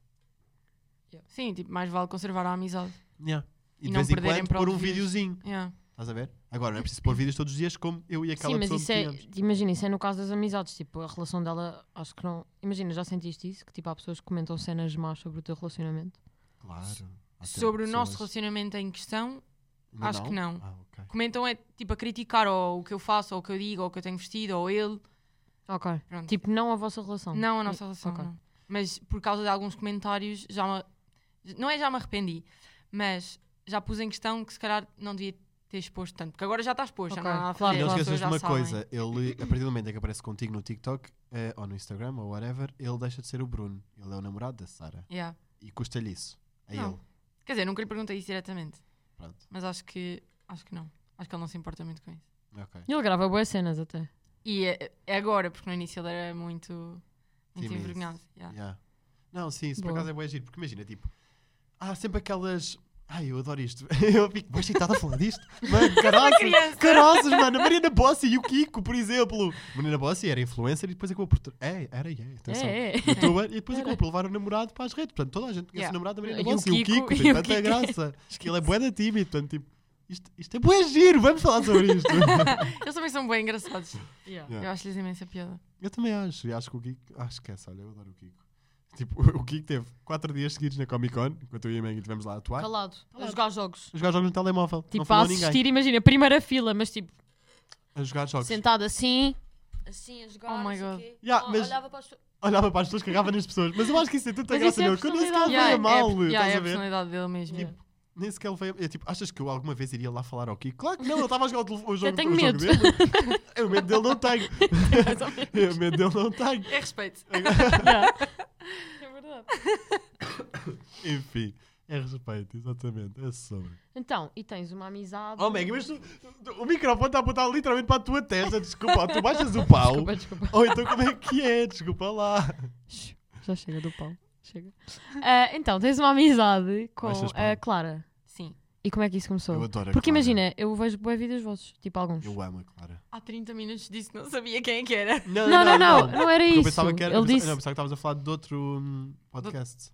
Sim, tipo, mais vale conservar a amizade.
Yeah. E,
E
de
não
vez em
perderem
quando
para
pôr um
ouvir.
videozinho.
Yeah.
Estás a ver? Agora, não é preciso pôr vídeos todos os dias como eu e aquela
Sim, mas
pessoa
isso é,
que tínhamos.
imagina, isso é no caso das amizades, tipo, a relação dela, acho que não, imagina, já sentiste isso? Que tipo, há pessoas que comentam cenas más sobre o teu relacionamento?
Claro. Há sempre
Sobre o nosso
pessoas-
relacionamento em questão,
Ainda
acho que não.
Ah, ok.
comentam é tipo a criticar ou o que eu faço, ou o que eu digo, ou o que eu tenho vestido, ou ele.
Ok.
Pronto.
Tipo, não a vossa relação.
não a nossa relação.
ok.
não. Mas por causa de alguns comentários, já me- não é já me arrependi, mas já pus em questão que se calhar não devia ter exposto tanto, porque agora já está exposto, já
Ok,
não há nada a
claro.
E
fazer,
não
as
esqueças
pessoas
de
já
uma
sabem.
coisa, ele, a partir do momento em que aparece contigo no TikTok eh, ou no Instagram ou whatever, ele deixa de ser o Bruno. Ele é o namorado da Sara.
Yeah.
E custa-lhe isso. A
Não.
ele.
Quer dizer, nunca lhe perguntei isso diretamente,
Pronto.
mas acho que acho que não. Acho que ele não se importa muito com isso.
Ok.
Ele grava boas cenas até.
E é, é agora, porque no início ele era muito, muito
Tímido.
envergonhado. yeah.
Yeah. Não, sim, isso por
Ah. Boa.
acaso é bom agir, porque imagina, tipo, há sempre aquelas. Ai, eu adoro isto. *laughs* Eu fico bem excitada a falar disto.
*laughs* É
Mano, caralho.
criança.
Caralhos, mano. A Mariana Bossi e o Kiko, por exemplo. Mariana Bossi era influencer e depois acabou por. ter- É, era, é, atenção.
É, é.
*laughs* Youtuber, e depois acabou por levar o namorado para as redes. Portanto, toda a gente conhece
Yeah.
o namorado da Mariana
E o
Bossi. E o
Kiko,
Kiko,
e
tem
o
tanta
Kiko.
graça. Que ele é bué da tímido. Portanto, tipo, isto, isto é bué giro. Vamos falar sobre isto.
Eles também são bem engraçados.
Yeah.
Yeah.
Eu acho-lhes imensa piada.
Eu também acho. E acho que o Kiko. Acho que essa, olha, eu adoro o Kiko. *laughs* Tipo, o Kiko teve 4 dias seguidos na Comic Con, enquanto eu e a Maggie estivemos lá a atuar.
Calado, a
Calado.
jogar jogos.
A jogar jogos no telemóvel. não
Tipo, a
falou a ninguém.
assistir, imagina, primeira fila, mas tipo,
A jogar jogos.
sentado assim, assim a jogar,
Oh my
não sei
God.
quê.
Yeah,
Oh,
mas-
Olhava para as pessoas.
Olhava para as pessoas, cagava nas pessoas. Mas eu acho que isso é tanta
Mas
graça
isso é
dele. que eu nem sequer
personalidade.
levei
Yeah,
a mal.
é, yeah, é
estás
a
a ver?
personalidade dele mesmo. tipo.
Yeah.
Nem sequer levei. É, tipo, achas que eu alguma vez iria lá falar ao Kiko? Claro que não, eu estava a jogar o, telefone- o jogo,
tenho
o jogo
medo.
dele. *laughs* Eu medo dele não tenho.
*laughs*
Eu medo dele não tenho.
É respeito.
É verdade.
Enfim, é respeito, exatamente. É sobre.
Então, e tens uma amizade.
Oh, Maggie, mas tu- tu- o microfone está apontado literalmente para a tua testa. Desculpa, tu baixas o pau.
Desculpa, desculpa.
Ou então como é que é? Desculpa lá.
Shh, Já chega do pau. Chega.
*laughs*
Ah, então, tens uma amizade com
Baixas
a
pau.
Clara.
Sim.
E como é que isso começou?
Eu adoro a
Porque
Clara.
imagina, eu vejo boas vídeos vossos, tipo alguns.
Eu amo a Clara.
Há 30 minutos disse que não sabia quem é que era.
Não, não, não, não, era
Porque eu
isso.
pensava que era. eu
Ele
pensava-
disse.
não, eu pensava que estavas a falar de outro hum, podcast.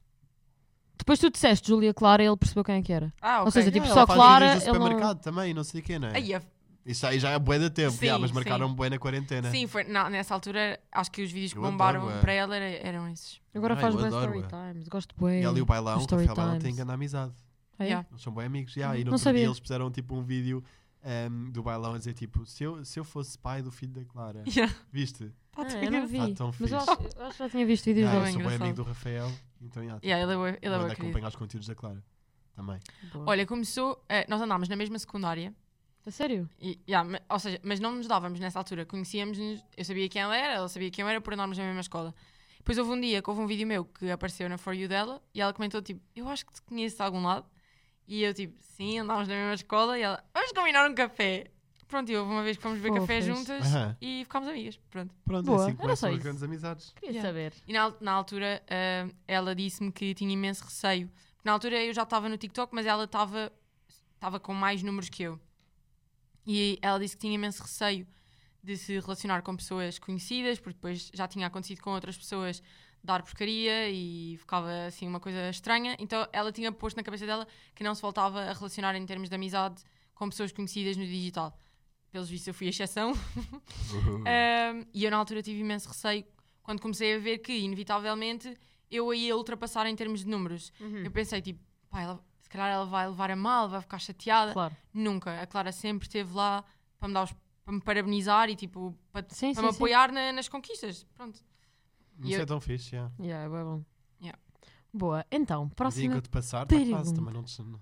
Depois tu disseste Júlia Clara e ele percebeu quem é que era.
Ah,
Ou seja, tipo,
Ah,
só
ela faz
Clara,
vídeos do
ele não-
supermercado também, não sei o quê, não é?
Aí, a-
Isso aí já é bué de tempo,
Sim,
já, mas
sim.
marcaram bué na quarentena.
sim, foi, na- nessa altura acho que os vídeos que
Eu
bombaram
adoro, é.
para ela era- eram esses.
Agora
Ai,
faz
eu
bem
adoro,
story
é.
times, gosto Ah, é? bem.
E ali o Bailão, o
Story
Rafael Bailão
Times.
tem grande amizade.
Aí,
Yeah.
Eles são bem amigos. já, e no
Não
outro
sabia.
dia eles fizeram tipo um vídeo ehm, do bailão a dizer tipo: se eu, se eu fosse pai do filho da
*laughs*
Clara,
Yeah.
viste?
Ah,
Tá tão
eu não
engraçado.
vi.
Tá tão
Mas eu
fixe.
acho, eu acho que já tinha visto vídeos
Ah,
bem
eu
dele.
sou bem
engraçado.
amigo do Rafael, então yeah, tipo,
Yeah, ele é bué- ele é
anda
bué
a
querido.
acompanhar os conteúdos da Clara também.
Olha, começou. eh, nós andámos na mesma secundária.
A sério?
E, yeah, ma- ou seja, mas não nos dávamos nessa altura, conhecíamos-nos, eu sabia quem ela era, ela sabia quem eu era por andarmos na mesma escola. Depois houve um dia que houve um vídeo meu que apareceu na For You dela e ela comentou tipo, eu acho que te conheço de algum lado. E eu tipo, sim, andámos na mesma escola e ela, vamos combinar um café. Pronto, e houve uma vez que fomos beber café
Fofas.
juntas
Aham.
e ficámos amigas, pronto.
Pronto,
Boa.
é assim
Era
que começam
só
as
isso.
grandes amizades.
Queria
Yeah.
saber.
E na, al- na altura ah, ela disse-me que tinha imenso receio. Na altura eu já estava no TikTok, mas ela estava estava com mais números que eu. E ela disse que tinha imenso receio de se relacionar com pessoas conhecidas, porque depois já tinha acontecido com outras pessoas dar porcaria e ficava assim uma coisa estranha. Então ela tinha posto na cabeça dela que não se voltava a relacionar em termos de amizade com pessoas conhecidas no digital. Pelos vistos eu fui a exceção. *laughs* Um, e eu na altura tive imenso receio quando comecei a ver que, inevitavelmente, eu a ia ultrapassar em termos de números.
Hum. Uhum.
Eu pensei, tipo, pá, ela- se calhar ela vai levar a mal, vai ficar chateada.
Claro.
Nunca. A Clara sempre esteve lá para me, dar os- para me parabenizar e, tipo, para,
Sim,
para
sim,
me
sim.
apoiar na- nas conquistas. Pronto.
Não
eu-
sei tão fixe, yeah.
Yeah, é bué bom.
Yeah.
Boa, então,
Mas
próxima.
enquanto passar, está quase,
pergunta.
também não
*laughs*
te... não-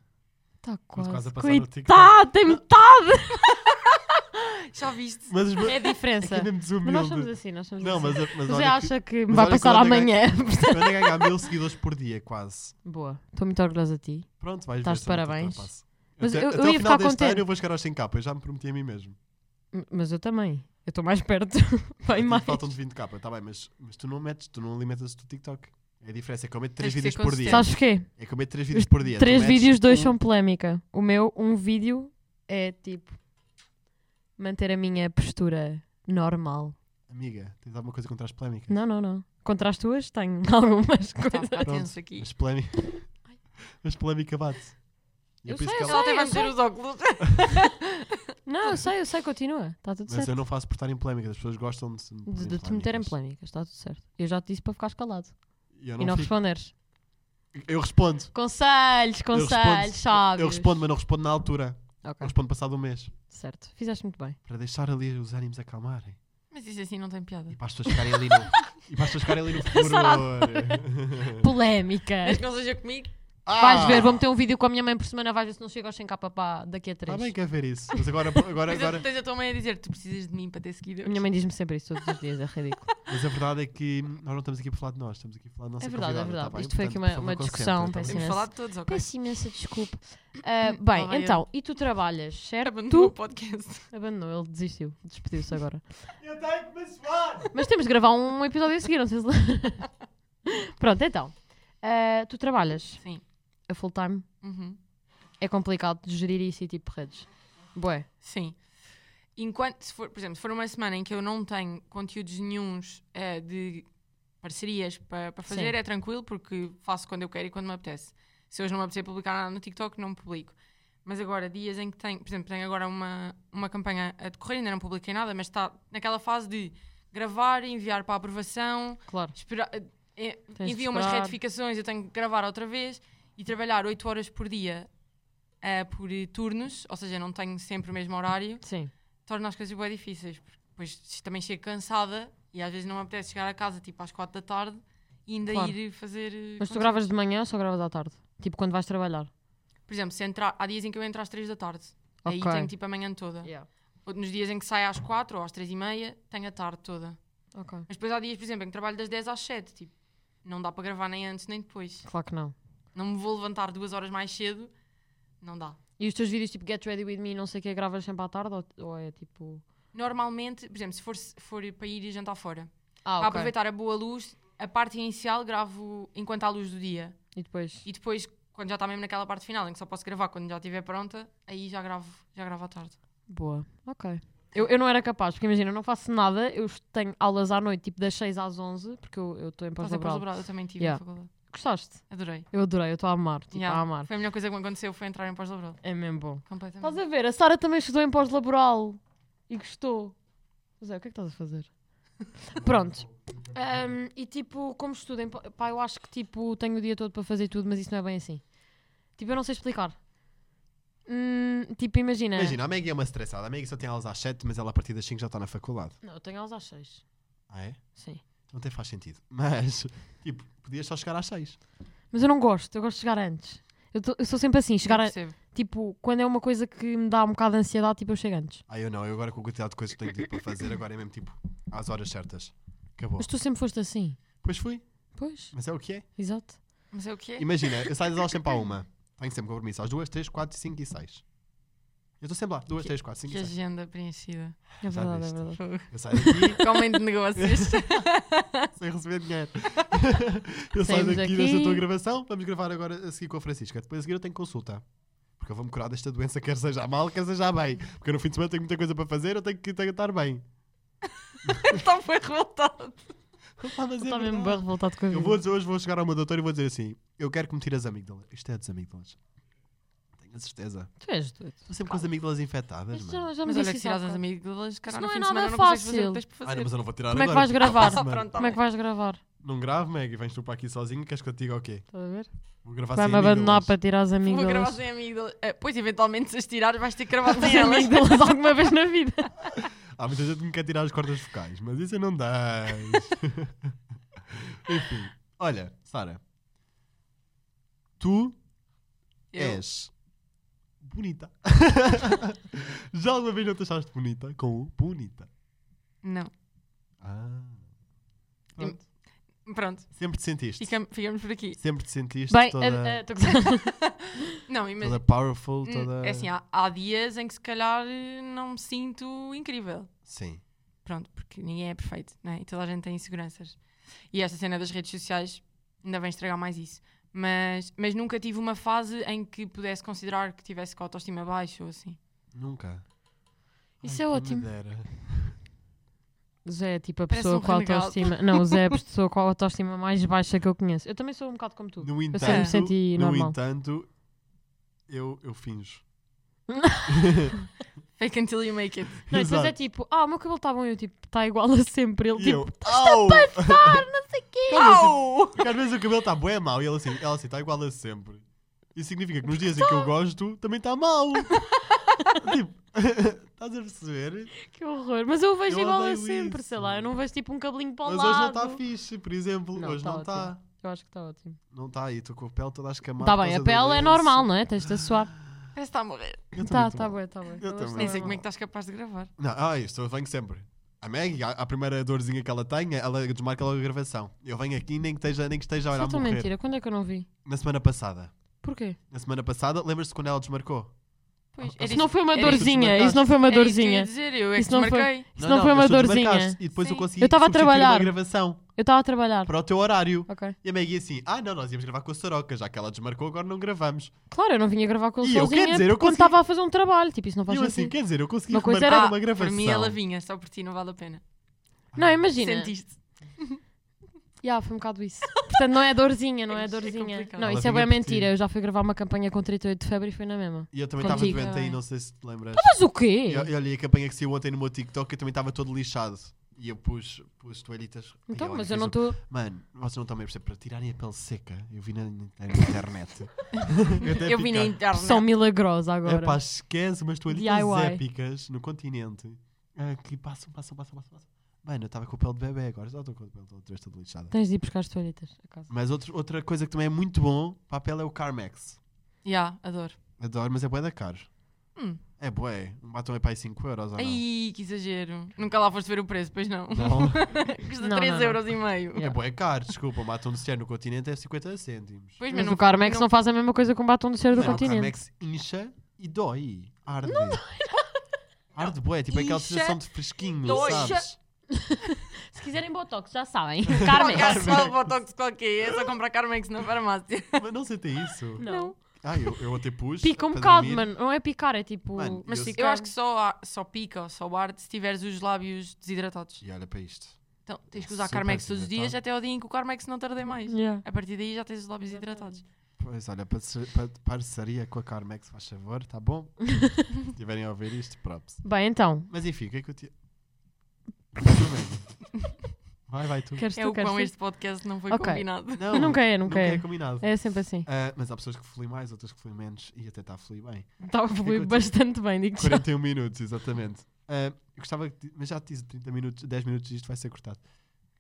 Está
quase
quase.
a passar no TikTok.
Coitado, tem metade!
Já viste?
Mas os-
É a *laughs* diferença.
é mesmo
Mas nós somos
desumilde.
assim, nós somos
Não,
assim.
mas, mas
Você
olha que-
acha que me
mas
vai
olha que
passar
eu andei
amanhã?
Eu ando a ganhar mil seguidores por dia, quase.
Boa, estou muito orgulhosa de ti.
Pronto, vais
Estás
ver. se eu não te
parabéns.
ultrapasso.
Mas
até,
eu-
até
eu
ao
ia
final
ficar
deste
contente.
ano eu vou chegar aos 100k, eu já me prometi a mim mesmo.
M- Mas eu também. Eu estou mais *laughs* perto. Vai
Tipo,
mais.
Faltam-te 20k, está bem, mas, mas tu não metes, tu não alimentas do TikTok. É a diferença, é que eu meto 3
Tens de ser
vídeos por dia.
consistente.
Sabes o quê?
É que eu meto 3
Os
vídeos por dia. tu
Três
metes
vídeos, dois
um-
são polémica. O meu, um vídeo é tipo manter a minha postura normal.
Amiga, tens alguma coisa contra as polémicas?
Não, não, não. Contra as tuas tenho *laughs* algumas
Está a
coisas.
ficar
Pronto.
tenso aqui.
Mas polémica. Mas polémica bate. E é
Eu
por isso
sei,
que
eu
ela-
Ela até vai
eu sei.
fazer os óculos.
Não, eu sei, eu sei, continua. Está tudo
Mas
certo.
eu não faço por estar em polémicas, as pessoas gostam de se meter
De,
em
de te meter em
polémicas.
polémicas, está tudo certo. Eu já te disse para ficar calado
E eu
e não
não fico.
responderes.
Eu respondo.
Conselhos,
Eu respondo.
conselhos, sábios.
Eu respondo, mas não respondo na altura. Eu
Ok,
respondo passado um mês.
certo. Fizeste muito bem.
Para deixar ali os ânimos acalmarem.
*laughs* Mas isso assim não tem piada.
E para as pessoas
*laughs*
ficarem ali no. e para as pessoas ficarem ali no furor.
Polémica.
Mas que não seja comigo.
*laughs* Vais ver, vou meter um vídeo com a minha mãe por semana, vais ver se não chega aos 100 k pá daqui a
Está
3.
bem que é ver isso.
*laughs*
Mas agora, agora,
Mas
agora.
tens a tua mãe a dizer, tu precisas de mim para ter seguidores.
a minha mãe diz-me sempre isso todos os dias, é
*laughs*
ridículo.
Mas a verdade é que nós não estamos aqui para falar de nós, estamos aqui para falar de nossa
É verdade, é verdade.
convidada, tá bem?
Isto foi aqui uma-
por favor,
uma
concentra,
discussão,
tá bem?
peço
Temos
imenso.
falado de todos, ok?
Peço imensa desculpa. Ah, bem,
Lá vai
então, e tu trabalhas, certo?
Abandonou o podcast.
Abandonou, ele desistiu, despediu-se agora.
Eu tenho que me suar!
Mas temos de gravar um episódio a seguir, não sei se.
*laughs*
Pronto, então. Ah, tu trabalhas
Sim.
a full time,
Uhum.
é complicado de gerir isso e tipo redes. Bué,
Sim. Enquanto, se for, por exemplo, se for uma semana em que eu não tenho conteúdos nenhuns eh, de parcerias para fazer,
Sim.
é tranquilo, porque faço quando eu quero e quando me apetece. Se hoje não me apetecer publicar nada no TikTok, não publico. Mas agora, dias em que tenho, por exemplo, tenho agora uma, uma campanha a decorrer, ainda não publiquei nada, mas está naquela fase de gravar, enviar para a aprovação,
claro.
esperar, eh, eh,
Tens de
envia umas
esperar.
retificações, eu tenho que gravar outra vez e trabalhar 8 horas por dia eh, por eh, turnos, ou seja, não tenho sempre o mesmo horário,
Sim.
torna as coisas bem difíceis, porque depois se- também chego cansada e às vezes não me apetece chegar a casa tipo às 4 da tarde e ainda
Claro.
ir fazer. eh,
Mas tu
conteúdo.
gravas de manhã ou só gravas à tarde? Tipo quando vais trabalhar?
Por exemplo, se entrar, há dias em que eu entro às 3 da tarde, aí
Ok.
tenho tipo a manhã toda. Ou Nos dias em que saio às 4 ou às 3 e meia, tenho a tarde toda.
Ok.
Mas depois há dias, por exemplo, em que trabalho das 10 às 7, tipo, não dá para gravar nem antes nem depois.
Claro que não.
não me vou levantar duas horas mais cedo, não dá.
E os teus vídeos tipo Get Ready With Me não sei o que gravas sempre à tarde ou, ou é tipo.
Normalmente, por exemplo, se for, se for para ir e jantar fora,
Ah,
para aproveitar a boa luz, a parte inicial gravo enquanto há luz do dia.
E depois.
E depois, quando já está mesmo naquela parte final, em que só posso gravar quando já estiver pronta, aí já gravo, já gravo à tarde.
Boa. Ok. Eu, eu não era capaz, porque imagina, eu não faço nada, eu tenho aulas à noite, tipo das 6 às 11, porque eu estou em
Estás a
pós-laboral.
pós-laboral, eu também tive
Yeah.
na faculdade.
Gostaste?
Adorei.
Eu adorei, eu estou a amar, tipo,
Yeah.
a amar.
Foi a melhor coisa que me aconteceu, foi entrar em pós-laboral.
É mesmo bom. Estás
Completamente.
a ver? A Sara também estudou em pós-laboral e gostou. Zé, o que é que estás a
*laughs*
fazer? Pronto. Ahm, e tipo, como estudo em. po- Pá, eu acho que tipo, tenho o dia todo para fazer tudo, mas isso não é bem assim. Tipo, eu não sei explicar. Hum, tipo, imagina.
Imagina, a Maggie é uma estressada. A Maggie só tem aulas às 7, mas ela a partir das 5 já está na faculdade.
Não, eu tenho aulas às 6.
Ah, é?
Sim.
Não até faz sentido. *laughs* Mas, tipo, podias só chegar às 6.
Mas eu não gosto, eu gosto de chegar antes. Eu, tô- eu sou sempre assim, chegar a,
percebo.
tipo, quando é uma coisa que me dá um bocado de ansiedade, tipo, eu chego antes.
Ah, eu não. Eu agora com a quantidade de coisas que tenho tipo, para fazer, agora é mesmo tipo às horas certas. Acabou.
Mas tu sempre foste assim.
Pois fui.
Pois,
Mas é o que é.
exato.
Mas é o que é?
Imagina, eu saio das aulas sempre à 1. Tenho sempre compromisso às 2, 3, 4, 5 e 6. Eu estou sempre lá. 2, 3, 4, 5
Que
e 6.
agenda preenchida.
É
Já
verdade, é
viste.
verdade.
Eu saio daqui
Que Homem de
*laughs*
negócios.
sem receber *laughs* dinheiro. eu saio
Saímos daqui.
daqui, desta tua gravação. Vamos gravar agora a seguir com a Francisca. Depois a seguir eu tenho consulta. Porque eu vou-me curar desta doença, quer seja mal, quer seja bem. Porque eu no fim de semana tenho muita coisa para fazer, eu tenho que, tenho que estar bem.
Então foi revoltado.
Ah, mas é
Está Tá mesmo
verdade.
bem revoltado com a vida.
Eu vou dizer, hoje vou chegar ao meu doutor e vou dizer assim: Eu quero que me tire as amígdalas. Isto é das amígdalas. Tenho a certeza.
Tu és doido.
Estou sempre com as amígdalas infectadas,
Mas já-
mano.
já me
Mas olha
disse
que
isso há
tirar as
bocado.
amigas,
Isso
caralho,
não
no
é
fim de
nada
semana não consegues fazer o
fácil.
que tens para fazer.
Ai, não, mas eu não vou tirar
Como é que
agora,
vais
porque-
gravar?
Mano,
Pronto, tá
Como é que
bem.
vais gravar?
Não grave, Maggie. Vens tu para aqui sozinho. Queres que eu te diga o quê?
Estás a ver?
Vou gravar sem
Vai-me abandonar
amígdalas.
para tirar as
Vou gravar
*laughs* amígdalas.
sem amígdalas. Ah, pois, eventualmente, *laughs* se as tirares, vais ter que gravar sem
Sem
elas.
amígdalas alguma vez na vida.
*laughs* Há muita gente que me quer tirar as cordas focais, mas isso eu não deixo.
*laughs*
Enfim. Olha, Sara. Tu
Eu-
és bonita. *laughs* Já alguma vez não te achaste bonita? Com o bonita.
Não.
Ah. Pronto.
Pronto,
Sempre te sentiste.
ficam- ficamos por aqui.
Sempre te sentiste
Bem,
toda,
ah, ah, tô
*laughs*
gozando.
Não, imagina.
toda powerful,
Hum,
toda.
É assim, há, há dias em que se calhar eh, não me sinto incrível.
Sim.
Pronto, porque ninguém é perfeito, não é? E toda a gente tem inseguranças. E esta cena das redes sociais ainda vem estragar mais isso. Mas, mas nunca tive uma fase em que pudesse considerar que tivesse com a autoestima baixa ou assim.
Nunca.
Isso
Ai,
é
quem
ótimo.
me dera.
Zé é tipo a
Parece
pessoa
um
com a
renegado.
autoestima. Não, o Zé é
*laughs*
a pessoa com a autoestima mais baixa que eu conheço. Eu também sou um bocado como tu.
No entanto,
sempre me senti
no
normal.
entanto eu, eu finjo.
Fake until you make it.
Não, e depois
Exato.
é tipo, ah, o meu cabelo está bom, eu tipo, está igual a sempre. Ele
E
tipo,
eu, "Au!"
Au!
Porque às vezes o cabelo está bué mau e ela assim, ela assim, está igual a sempre. Isso significa que nos dias em que
Então-
eu gosto, também está mau. *laughs* tipo, *laughs* estás a perceber?
que horror. Mas eu o vejo
Eu
igual a
odeio
sempre,
isso.
sei lá. Eu não vejo tipo um cabelinho para o
Mas
lado.
hoje tá não está fixe, por exemplo.
Não,
hoje
tá
não está.
ótimo. Eu acho que está ótimo.
Não está aí, estou com a pele toda escamada.
Está bem, a pele é normal, não é? Tens de suar.
Parece que está a morrer.
Está, está bem, está bem.
Eu
acho que
também.
tá
Nem sei
bem.
como é que estás capaz de gravar.
Não, ah, isto eu venho sempre. A Maggie, a, a primeira dorzinha que ela tem, ela desmarca logo a gravação. Eu venho aqui nem que esteja, nem que esteja a
Isso
olhar
é tão
morrer.
mentira. Quando é que eu não vi?
Na semana passada.
Porquê?
Na semana passada, lembras-te quando ela desmarcou?
Pois,
Ah,
era
Isso não foi uma
era
isso que tu
dorzinha.
marcaste.
Isso não foi uma
era isso que eu ia
dorzinha.
dizer, eu é
Isso
que
não foi-
marquei.
Isso não foi uma
mas tu
dorzinha.
desmarcaste E depois
Sim.
eu consegui
Eu tava a
substituir uma
trabalhar.
gravação
Eu estava a trabalhar.
para o teu horário.
Ok.
E a Maggie assim, ah não, nós íamos gravar com a Soroca, já que ela desmarcou, agora não gravamos.
Claro, eu não vinha gravar com ele
E eu, quer
sozinha
dizer, eu
quando
consegui-
estava a fazer um trabalho. Tipo, isso não
E
faz
eu assim,
sentido.
quer dizer, eu consegui
Uma coisa
marcar
era-
uma gravação.
Por Ah, mim ela vinha, só por ti não vale a pena.
Não, imagina.
Sentiste.
Ya, foi um bocado isso. Portanto, não é dorzinha, não é
É
dorzinha.
complicado.
não,
Ela
isso é
vinha
bem
por ti.
mentira. Eu já fui gravar uma campanha com 38 de febre e foi na mesma.
E eu também estava
Contigo. é?
doente aí,
Ah.
não sei se te lembras.
Mas o quê?
E olha, e a campanha que saiu ontem no meu TikTok, eu também estava todo lixado. E eu pus, pus toalhitas.
Então,
E olha,
mas eu
fiz
não
um-
estou.
Mano, vocês não estão mesmo a perceber, para tirarem a pele seca, eu vi na, na
*laughs*
internet. eu até
Eu vi na
fiquei-
internet.
São milagrosa
É
agora.
pá, esquece umas toalhitas
DIY.
épicas no continente ah, que passam, passam, passam, passam. passam. Mano, eu estava com o pele de bebê agora, já estou com o pele de outra toda lixada.
Tens de ir buscar as toalhitas a casa.
Mas outro, outra coisa que também é muito bom para a pele é o Carmex.
Ya, adoro.
Adoro, mas é bué da caro.
Hum.
É bué. Um batom é para aí 5 euros ou não?
Ai, que exagero. Nunca lá foste ver o preço, pois não.
Não,
*laughs* Custa
Não,
3
não, não.
euros e meio.
é bué caro, desculpa. Um batom de cera no continente é 50 cêntimos.
Pois,
Mas o Carmex não... faz a mesma coisa com o batom de cheiro do
Mano, O
continente.
Carmex incha e dói. Arde. Não dói Arde bué, tipo aquela
Incha,
sensação de fresquinho,
dói.
sabes?
Se quiserem Botox, já
*laughs*
sabem.
Carmex.
Carmex.
Carmex. Qual botox qualquer, é só comprar Carmex na farmácia.
Mas não sentem isso.
Não.
Ah, eu, eu até pus.
Pica um
para
bocado,
dormir.
mano. Não é picar, é tipo.
Mano,
Mas
Eu-
eu,
esticar.
acho que só, há- só pica ou só arde se tiveres os lábios desidratados.
E olha para isto.
Então tens que usar
Super
Carmex todos os dias
desidratado.
até ao dia em que o Carmex não tardei mais.
Yeah.
A partir daí já tens os lábios hidratados.
Pois olha, parce- pa- parceria com a Carmex, faz favor, tá bom? Se tiverem a ouvir isto, props.
Bem, então.
Mas enfim, o que é que eu tinha. *laughs* Vai, vai tu.
Queres
É
tu,
o
queres
quão
tu?
este podcast não foi
Ok.
combinado.
Não,
Nunca é, nunca é.
combinado.
É sempre assim.
Ah, mas há pessoas que fluem mais, outras que fluem menos e até está a fluir bem.
Estava Tá a fluir
contigo.
bastante bem, digo já.
41 minutos, exatamente. Ah, eu gostava de, mas já te disse 30 minutos, 10 minutos isto vai ser cortado.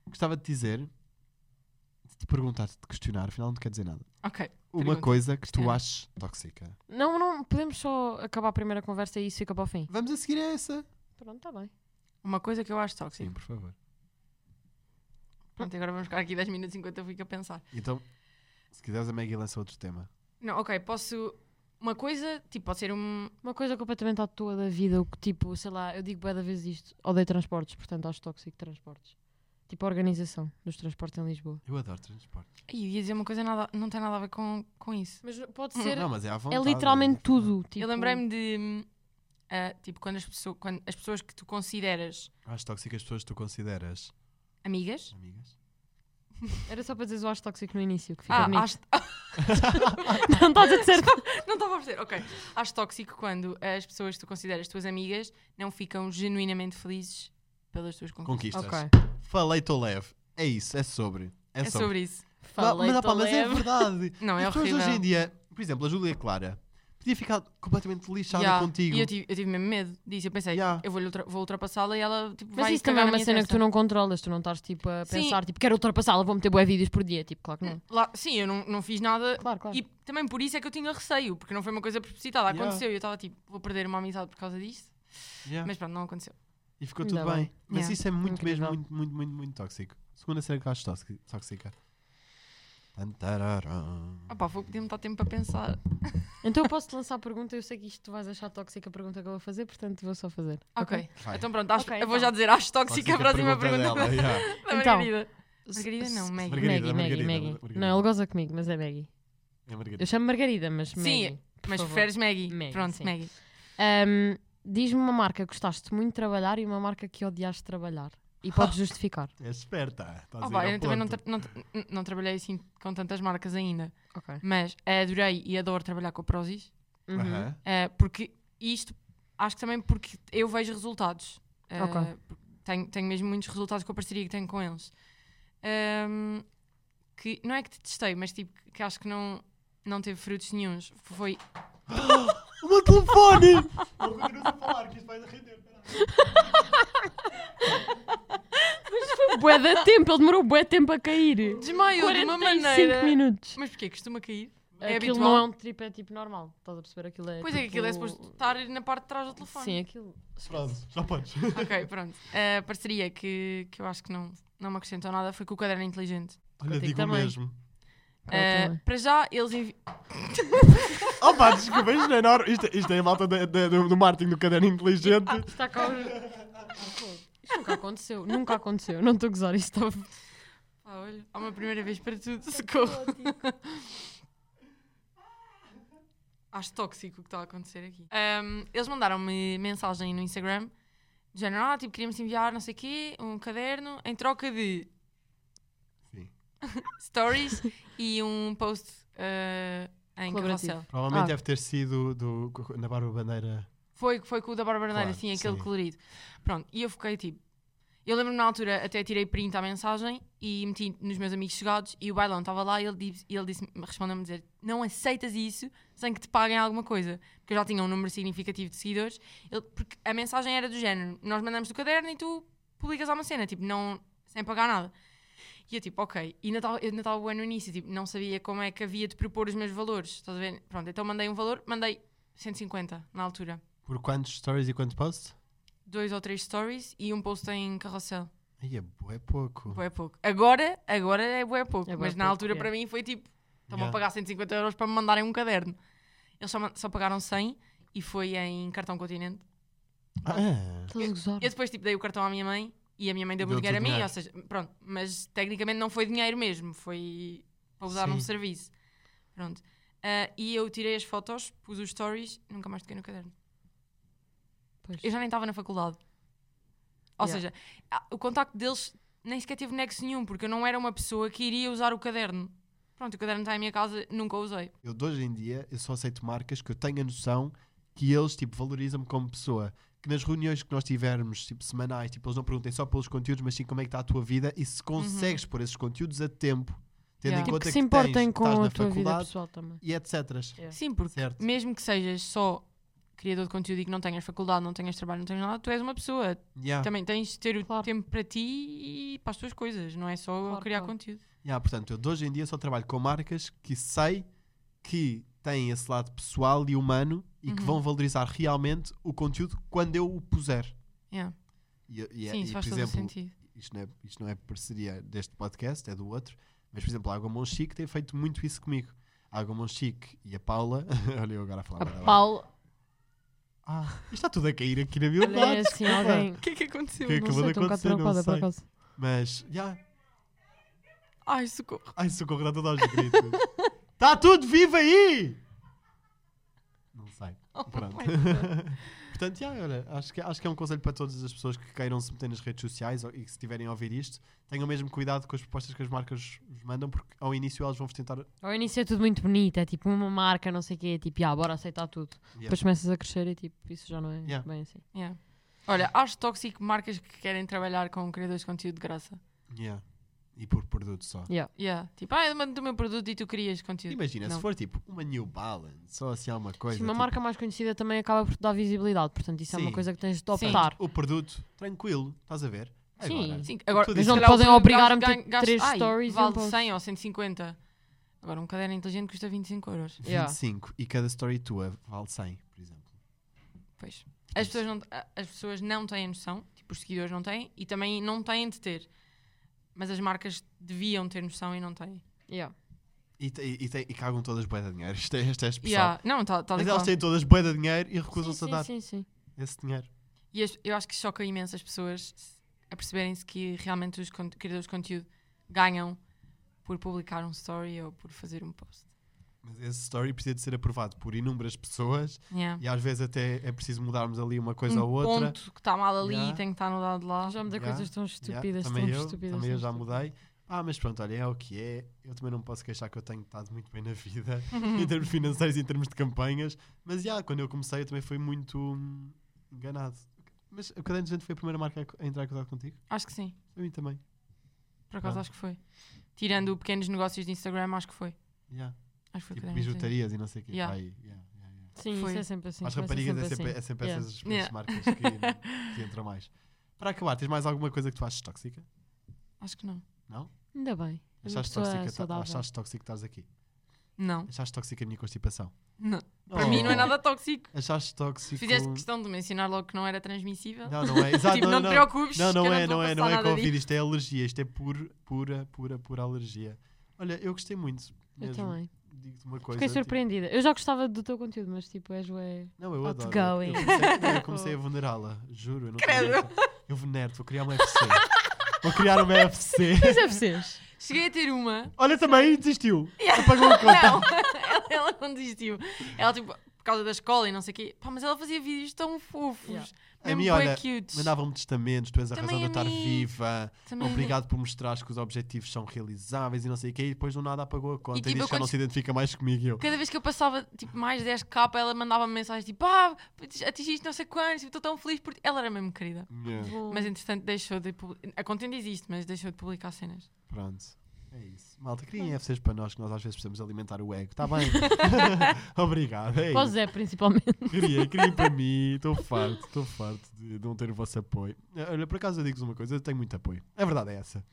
Gostava de dizer, de te perguntar, de te questionar, afinal não te quer dizer nada.
Ok.
Uma
Pergunta,
coisa que tu
Cristiano.
aches tóxica.
Não, não, podemos só acabar a primeira conversa e isso fica para o fim.
Vamos a seguir a essa.
Pronto, está bem.
Uma coisa que eu acho tóxica.
Sim, por favor.
Pronto, agora vamos ficar aqui 10 minutos enquanto eu fico a pensar.
Então, se quiseres, a Maggie lança outro tema.
Não, ok, posso. Uma coisa, tipo, pode ser um.
Uma coisa completamente à toa da vida, o que tipo, sei lá, eu digo bué da vez isto, odeio transportes, portanto acho tóxico transportes. Tipo a organização dos transportes em Lisboa.
Eu adoro transportes.
Ai, eu ia dizer uma coisa, nada, não tem nada a ver com, com isso.
Mas pode ser,
Não, mas é à
é
vontade,
literalmente
é-
tudo. tipo-
Eu lembrei-me de. hum, ah, tipo, quando as, pessoas, quando as pessoas que tu consideras
Acho tóxicas pessoas que tu consideras
amigas.
amigas.
Era só para dizer o acho tóxico no início, que fica
Ah,
bonito.
acho,
*laughs*
*laughs*
Não estás a dizer.
Não estava a perceber, ok. Acho tóxico quando as pessoas que tu consideras tuas amigas não ficam genuinamente felizes pelas tuas conquistas.
Conquistas.
ok.
Falei, estou leve. É isso, é sobre. É,
É sobre isso.
Mas,
Falei,
mas,
tô
opá, mas é
leve.
verdade.
*laughs* Não,
As
é
pessoas
horrível.
hoje em dia, por exemplo, a Júlia Clara, podia ficar completamente lixada
Yeah.
contigo.
E eu tive, eu tive mesmo medo disso. Eu pensei,
Yeah.
eu vou, ultra, vou ultrapassá-la e ela tipo,
Mas
vai
isso também é
cagar na
uma
minha
cena que tu
testa.
não controlas, tu não estás tipo a
Sim.
pensar, tipo, quero ultrapassá-la, vou meter bué vídeos por dia, tipo, claro que não.
Hum. Lá- sim, eu não, não fiz nada.
Claro, claro.
E também por isso é que eu tinha receio, porque não foi uma coisa propositada.
Yeah.
Aconteceu e eu estava tipo, vou perder uma amizade por causa disto.
Yeah.
Mas pronto, não aconteceu.
E ficou tudo
Ainda
bem.
bem.
Mas
Yeah.
isso é muito
Incrível.
mesmo, muito, muito, muito, muito tóxico. Segunda cena que eu acho tóxi- tóxica. Tan, tararam.
Ah pá, vou poder-me dar tempo para pensar.
Então eu posso te lançar a pergunta, eu sei que isto tu vais achar tóxica a pergunta que eu vou fazer, portanto vou só fazer.
Ok.
Vai.
Então pronto, acho,
Ok,
eu vou
então.
já dizer, acho tóxica é
Tóxica
a próxima pergunta,
pergunta
*laughs*
dela, né? yeah.
da
Então.
Margarida. Margarida
Margarida,
não, Maggie.
Maggie, Maggie,
Margarida,
Maggie.
Margarida.
Não, ele goza comigo, mas é Maggie.
É Margarida.
Eu chamo Margarida, mas
Sim,
Maggie. por
Mas
favor.
preferes Maggie?
Maggie,
Pronto,
sim.
Maggie.
Ahm, Diz-me uma marca que gostaste muito de trabalhar e uma marca que odiaste trabalhar. E
*laughs*
podes justificar.
É esperta. Estás a
Ah,
ir
pá,
ao
eu também não,
ponto.
tra- não tra- n- não trabalhei assim com tantas marcas ainda,
Ok.
mas eh, adorei e adoro trabalhar com a Prozis,
Uhum.
Aham.
eh, porque isto acho que também porque eu vejo resultados. Eh,
Ok.
porque Tenho, tenho mesmo muitos resultados com a parceria que tenho com eles. Ahm, que não é que detestei, mas tipo, que acho que não, não teve frutos nenhuns. Foi.
O meu
*laughs*
telefone! Não continuas a falar que isto vai tá? render.
Bué da tempo, ele demorou bué tempo a cair.
Desmaiou de uma
45
maneira.
minutos.
Mas porquê? Costuma cair? É
aquilo
habitual?
não é um trip, é tipo normal. Estás a perceber? Aquilo é.
Pois é, que aquilo é
tipo-
suposto estar na parte de trás do telefone.
Sim, aquilo.
Pronto, já podes. *laughs*
Ok, pronto. A parceria que, que eu acho que não, não me acrescentou nada foi com o Caderno Inteligente.
Olha, digo o
também.
mesmo.
É
Ah,
também.
para já, eles envi...
Oh pá, desculpa, isto não é normal. Isto, isto é a malta da- da- do, do marketing do caderno inteligente.
Está
*laughs*
cá. Isto nunca aconteceu, nunca aconteceu. Não estou a gozar, isto está
Ah, olha, há uma primeira vez para tudo, socorro. *laughs* acho tóxico o que está a acontecer aqui. Ahm, eles mandaram-me mensagem no Instagram, do género, ah, tipo, queríamos enviar não sei o quê, um caderno, em troca de
Sim.
stories e um post ah, em
Colaborativo.
carrossel.
Provavelmente
Ah.
deve ter sido do, na Barba Bandeira.
Foi, foi com o da Bárbara Bandeira,
Claro,
assim, aquele
sim.
colorido. Pronto, e eu fiquei tipo. Eu lembro-me na altura, até tirei print à mensagem e meti nos meus amigos chegados e o bailão estava lá e ele, disse- e ele disse, respondeu-me dizer: Não aceitas isso sem que te paguem alguma coisa. Porque eu já tinha um número significativo de seguidores. Ele- porque a mensagem era do género: Nós mandamos o caderno e tu publicas alguma cena, tipo, não, sem pagar nada. E eu tipo, ok, e ainda estava- eu ainda estava bem no início, tipo, não sabia como é que havia de propor os meus valores. Estás a ver? Pronto, então mandei um valor, mandei 150 na altura
Por quantos stories e quantos posts?
dois ou três stories e um post em carrossel.
Aí é, bué pouco.
Bué pouco. Agora, agora é bué pouco.
É bué
mas na
pouco,
altura
é.
para mim foi tipo, estão
Yeah.
a pagar 150 euros para me mandarem um caderno. Eles só, ma- só pagaram 100 e foi em cartão continente.
Ah,
Estás a gozar.
Eu depois tipo dei o cartão à minha mãe e a minha mãe deu-me
Deu-te o
dinheiro a mim,
dinheiro.
ou seja, pronto, mas tecnicamente não foi dinheiro mesmo, foi para usar num
Sim.
serviço. Pronto. Ah, e eu tirei as fotos, pus os stories, nunca mais toquei no caderno.
Pois.
Eu já nem estava na faculdade. Ou
Yeah.
seja, a- o contacto deles nem sequer teve nexo nenhum, porque eu não era uma pessoa que iria usar o caderno. Pronto, o caderno está em minha casa, nunca o usei.
eu de hoje em dia eu só aceito marcas que eu tenho a noção que eles, tipo, valorizam-me como pessoa. Que nas reuniões que nós tivermos, tipo, semanais, tipo, eles não perguntem só pelos conteúdos, mas sim como é que está a tua vida e se consegues pôr esses conteúdos a tempo, tendo
Yeah.
em
Tipo,
conta
Uhum. que
é que,
se importem
tens, que
com
estás
a
na
tua vida
faculdade
pessoal também.
e etc.
Sim, porque
Certo.
mesmo que sejas só criador de conteúdo e que não tenhas faculdade, não tenhas trabalho, não tenhas nada, tu és uma pessoa.
Yeah.
Também tens de ter o
Claro.
tempo para ti e para as tuas coisas, não é só
Claro,
criar
claro.
conteúdo.
Yeah, portanto, eu de hoje em dia só trabalho com marcas que sei que têm esse lado pessoal e humano e que
Uhum.
vão valorizar realmente o conteúdo quando eu o puser.
Yeah.
E, e- é,
Sim,
e, por
isso faz todo o
exemplo,
sentido.
isto não, é, isto não é parceria deste podcast, é do outro, mas por exemplo, a Água Mão Chique tem feito muito isso comigo. A Água Mão Chique e a Paula. *laughs* Olha, eu agora a falar.
A
merda.
Paulo,
Ah, isto está tudo a cair aqui na minha
olha
lado.
assim,
*laughs*
alguém.
*laughs* O que é que aconteceu?
Que-
Não
Acabou
sei,
de
estou um bocado
acontecer, não
é
preocupada por
sei.
acaso.
Mas, já.
Ai, socorro.
Ai, socorro, está tudo aos
*laughs*
gritos. Está Tá tudo vivo aí! Não sei.
Oh
Pronto. *laughs* Portanto, já, olha, acho que, acho que é um conselho para todas as pessoas que queiram se meter nas redes sociais ou- e que se tiverem a ouvir isto, tenham mesmo cuidado com as propostas que as marcas vos mandam, porque ao início elas vão vos tentar.
Ao início é tudo muito bonito, é tipo uma marca, não sei o quê, é tipo, ah, bora aceitar tudo. Depois começas a crescer e tipo, isso já não é
Yeah.
bem assim.
Yeah. Olha, acho tóxico marcas que querem trabalhar com criadores de conteúdo de graça.
Yeah. E por produto só.
Yeah. Tipo, ah, eu mando o meu produto e tu crias conteúdo.
Imagina,
Não.
se for tipo uma New Balance, só assim alguma coisa.
Sim, uma
tipo,
marca mais conhecida também acaba por te dar visibilidade, portanto isso é uma
Sim.
coisa que tens de
Sim.
optar.
O produto, tranquilo, estás a ver?
Sim.
Agora,
Sim,
Tu
agora,
dizes. Mas
se
não
calhar
podem
o que
obrigar a
gasto-
meter
gasto-
três
ai,
stories e um
Vale
post.
100 ou 150. Agora, um caderno inteligente custa 25 euros.
25
Yeah.
e cada story tua vale 100, por exemplo.
Pois. As pessoas, não, a- as pessoas não têm noção, tipo, os seguidores não têm, e também não têm de ter. Mas as marcas deviam ter noção e não têm.
Yeah.
E, te- e, te- e cagam todas boia de dinheiro. Isto é, esta é a expressão.
Yeah. Não, está tá
Mas
ali
elas têm todas boia de dinheiro e recusam-se a
sim,
dar
sim, sim.
esse dinheiro.
E as- eu acho que choca imenso as pessoas a perceberem-se que realmente os con- criadores de conteúdo ganham por publicar um story ou por fazer um post.
Mas esse story precisa de ser aprovado por inúmeras pessoas
Yeah.
e às vezes até é preciso mudarmos ali uma coisa
um
ou outra.
ponto que está mal ali
Yeah.
tem que estar no lado de lá.
Já me dá
Yeah,
coisas tão
Yeah,
estúpidas,
também
tão
eu,
estúpidas.
também
tão
eu já
estúpidas.
mudei. Ah, mas pronto, olha, é o que é. Eu também não posso queixar que eu tenho estado muito bem na vida, em termos financeiros e em termos de campanhas. Mas já, quando eu comecei, eu também fui muito hum, enganado. Mas o Caderno de Gente foi a primeira marca a co- a entrar em contato contigo?
Acho que sim,
A mim também.
por acaso
Ah.
acho que foi. Tirando o pequenos negócios de Instagram, acho que foi.
Yeah.
Acho que foi
Tipo
Caderno de Gente.
bijutarias e não sei o quê.
Yeah.
Vai, yeah, yeah, yeah.
Sim,
Foi.
isso é sempre assim.
As
começa
raparigas é sempre,
assim.
é sempre
Yeah.
essas, essas marcas
*laughs*
que, que entram mais. Para acabar, tens mais alguma coisa que tu achas tóxica?
Acho que não.
Não?
Ainda bem. É uma
Achaste
pessoa
tóxica, tá,
saudável.
achaste tóxico estás aqui?
Não.
Achaste tóxica a minha constipação? Oh.
não.
Oh.
Para mim não é nada tóxico.
Achaste tóxico.
Fizeste questão de mencionar logo que não era transmissível.
Não,
*laughs*
não é. Exato,
tipo,
não,
não,
não.
te preocupes.
Não,
que
não
eu
é,
te vou
não é, não
passar
é
nada
Covid,
disso.
isto é alergia, isto é pura, pura, pura, pura alergia. Olha, eu gostei muito.
Eu
mesmo.
também.
Digo-te uma coisa.
Fiquei
tipo-
surpreendida. Eu já gostava do teu conteúdo, mas tipo, és ué.
Não,
Oh,
eu adoro.
Outgoing.
Eu comecei, não, eu
*laughs*
comecei a venerá-la, juro. Eu, não tenho
Credo.
nada. eu venero, vou criar uma FC. Vou criar uma
*laughs*
FC.
Mas é vocês.
Cheguei a ter uma *laughs*
Olha também, desistiu. Apagou a conta.
Não, ela, ela não desistiu. Ela, tipo, por causa da escola e não sei o quê. Pá, mas ela fazia vídeos tão fofos.
Yeah.
A
Mesmo
mim,
bem
olha,
cutes.
Mandavam-me testamentos, tu és a
Também
razão de eu
a
estar
mim. Uhum.
viva.
Também-
Obrigado por mostrares que os objetivos são realizáveis e não sei o quê. E depois do nada apagou a conta e,
tipo,
disse
eu
que já não
quando-
se identifica mais comigo. e Eu.
Cada vez que eu passava, tipo, mais 10k, ela mandava -me mensagens, tipo, ah, atingiste não sei quantos, tipo, estou tão feliz por ti. Ela era mesmo querida.
Yeah,
Mas, entretanto, deixou de publicar... A conta ainda existe, mas deixou de publicar cenas.
Pronto. É isso. Malta, criem FCs para nós, que nós às vezes precisamos alimentar o ego. Está
*laughs*
bem? *laughs* Obrigado. É isso.
Pois é,
*laughs*
principalmente.
Queria, queria para mim, estou farto, estou farto de não ter o vosso apoio. Eh, Olha, por acaso eu digo-vos uma coisa, eu tenho muito apoio. A verdade é essa.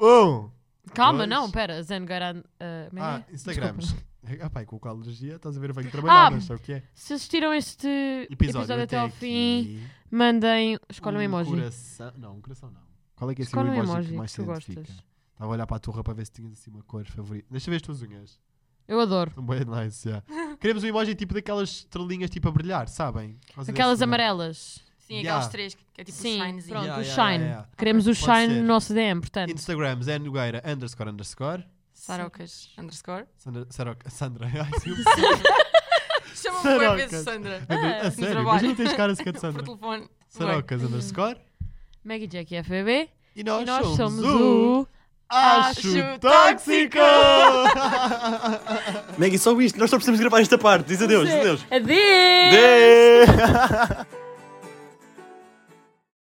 Um!
Calma,
Pois.
não, pera. Zangara. ah, como é
Ah,
que é?
Instagrams.
Desculpa.
Ah, pai, com a alergia, estás a ver, eu venho trabalhar,
Ah,
mas sabe o que é?
Se assistiram este episódio,
Episódio,
até ao
aqui.
fim, mandem. Escolham um emoji.
coração. Não, um coração não. Qual é que é assim, o
Escolhe um
emoji,
emoji
que mais
que
te
tu
identifica?
gostas.
Estava a olhar para a turra para ver se tinhas assim uma cor favorita. Deixa eu ver as tuas unhas.
Eu adoro.
Estão bem
*laughs*
nice, yeah. Queremos um emoji tipo daquelas estrelinhas tipo a brilhar, sabem? assim, né? Por causa
Aquelas
desse brilhar.
amarelas.
Sim,
Yeah.
aqueles três, que é tipo
Sim,
shines
pronto,
Yeah,
o
yeah,
shine.
yeah, yeah.
Queremos o
Pode
shine
ser.
no nosso DM, portanto.
Instagram, Zé é Nogueira, underscore, underscore.
Sarocas,
*laughs*
underscore.
Sandra, Saroca- Sandra, *laughs* ai, sim,
Chama-me bué
Sarocas.
vezes Sandra.
a
no
sério, mas
trabalho.
não tens cara sequer de
Por
Sandra.
telefone. Bué.
Sarocas, underscore.
Maggie Jack e FB.
E nós,
e nós
somos,
somos
o
o.
*laughs* Acho
Acho
Tóxico!
Maggie, só isto. Nós só precisamos gravar esta parte. Diz adeus, diz adeus.
Adeus!
Adeus!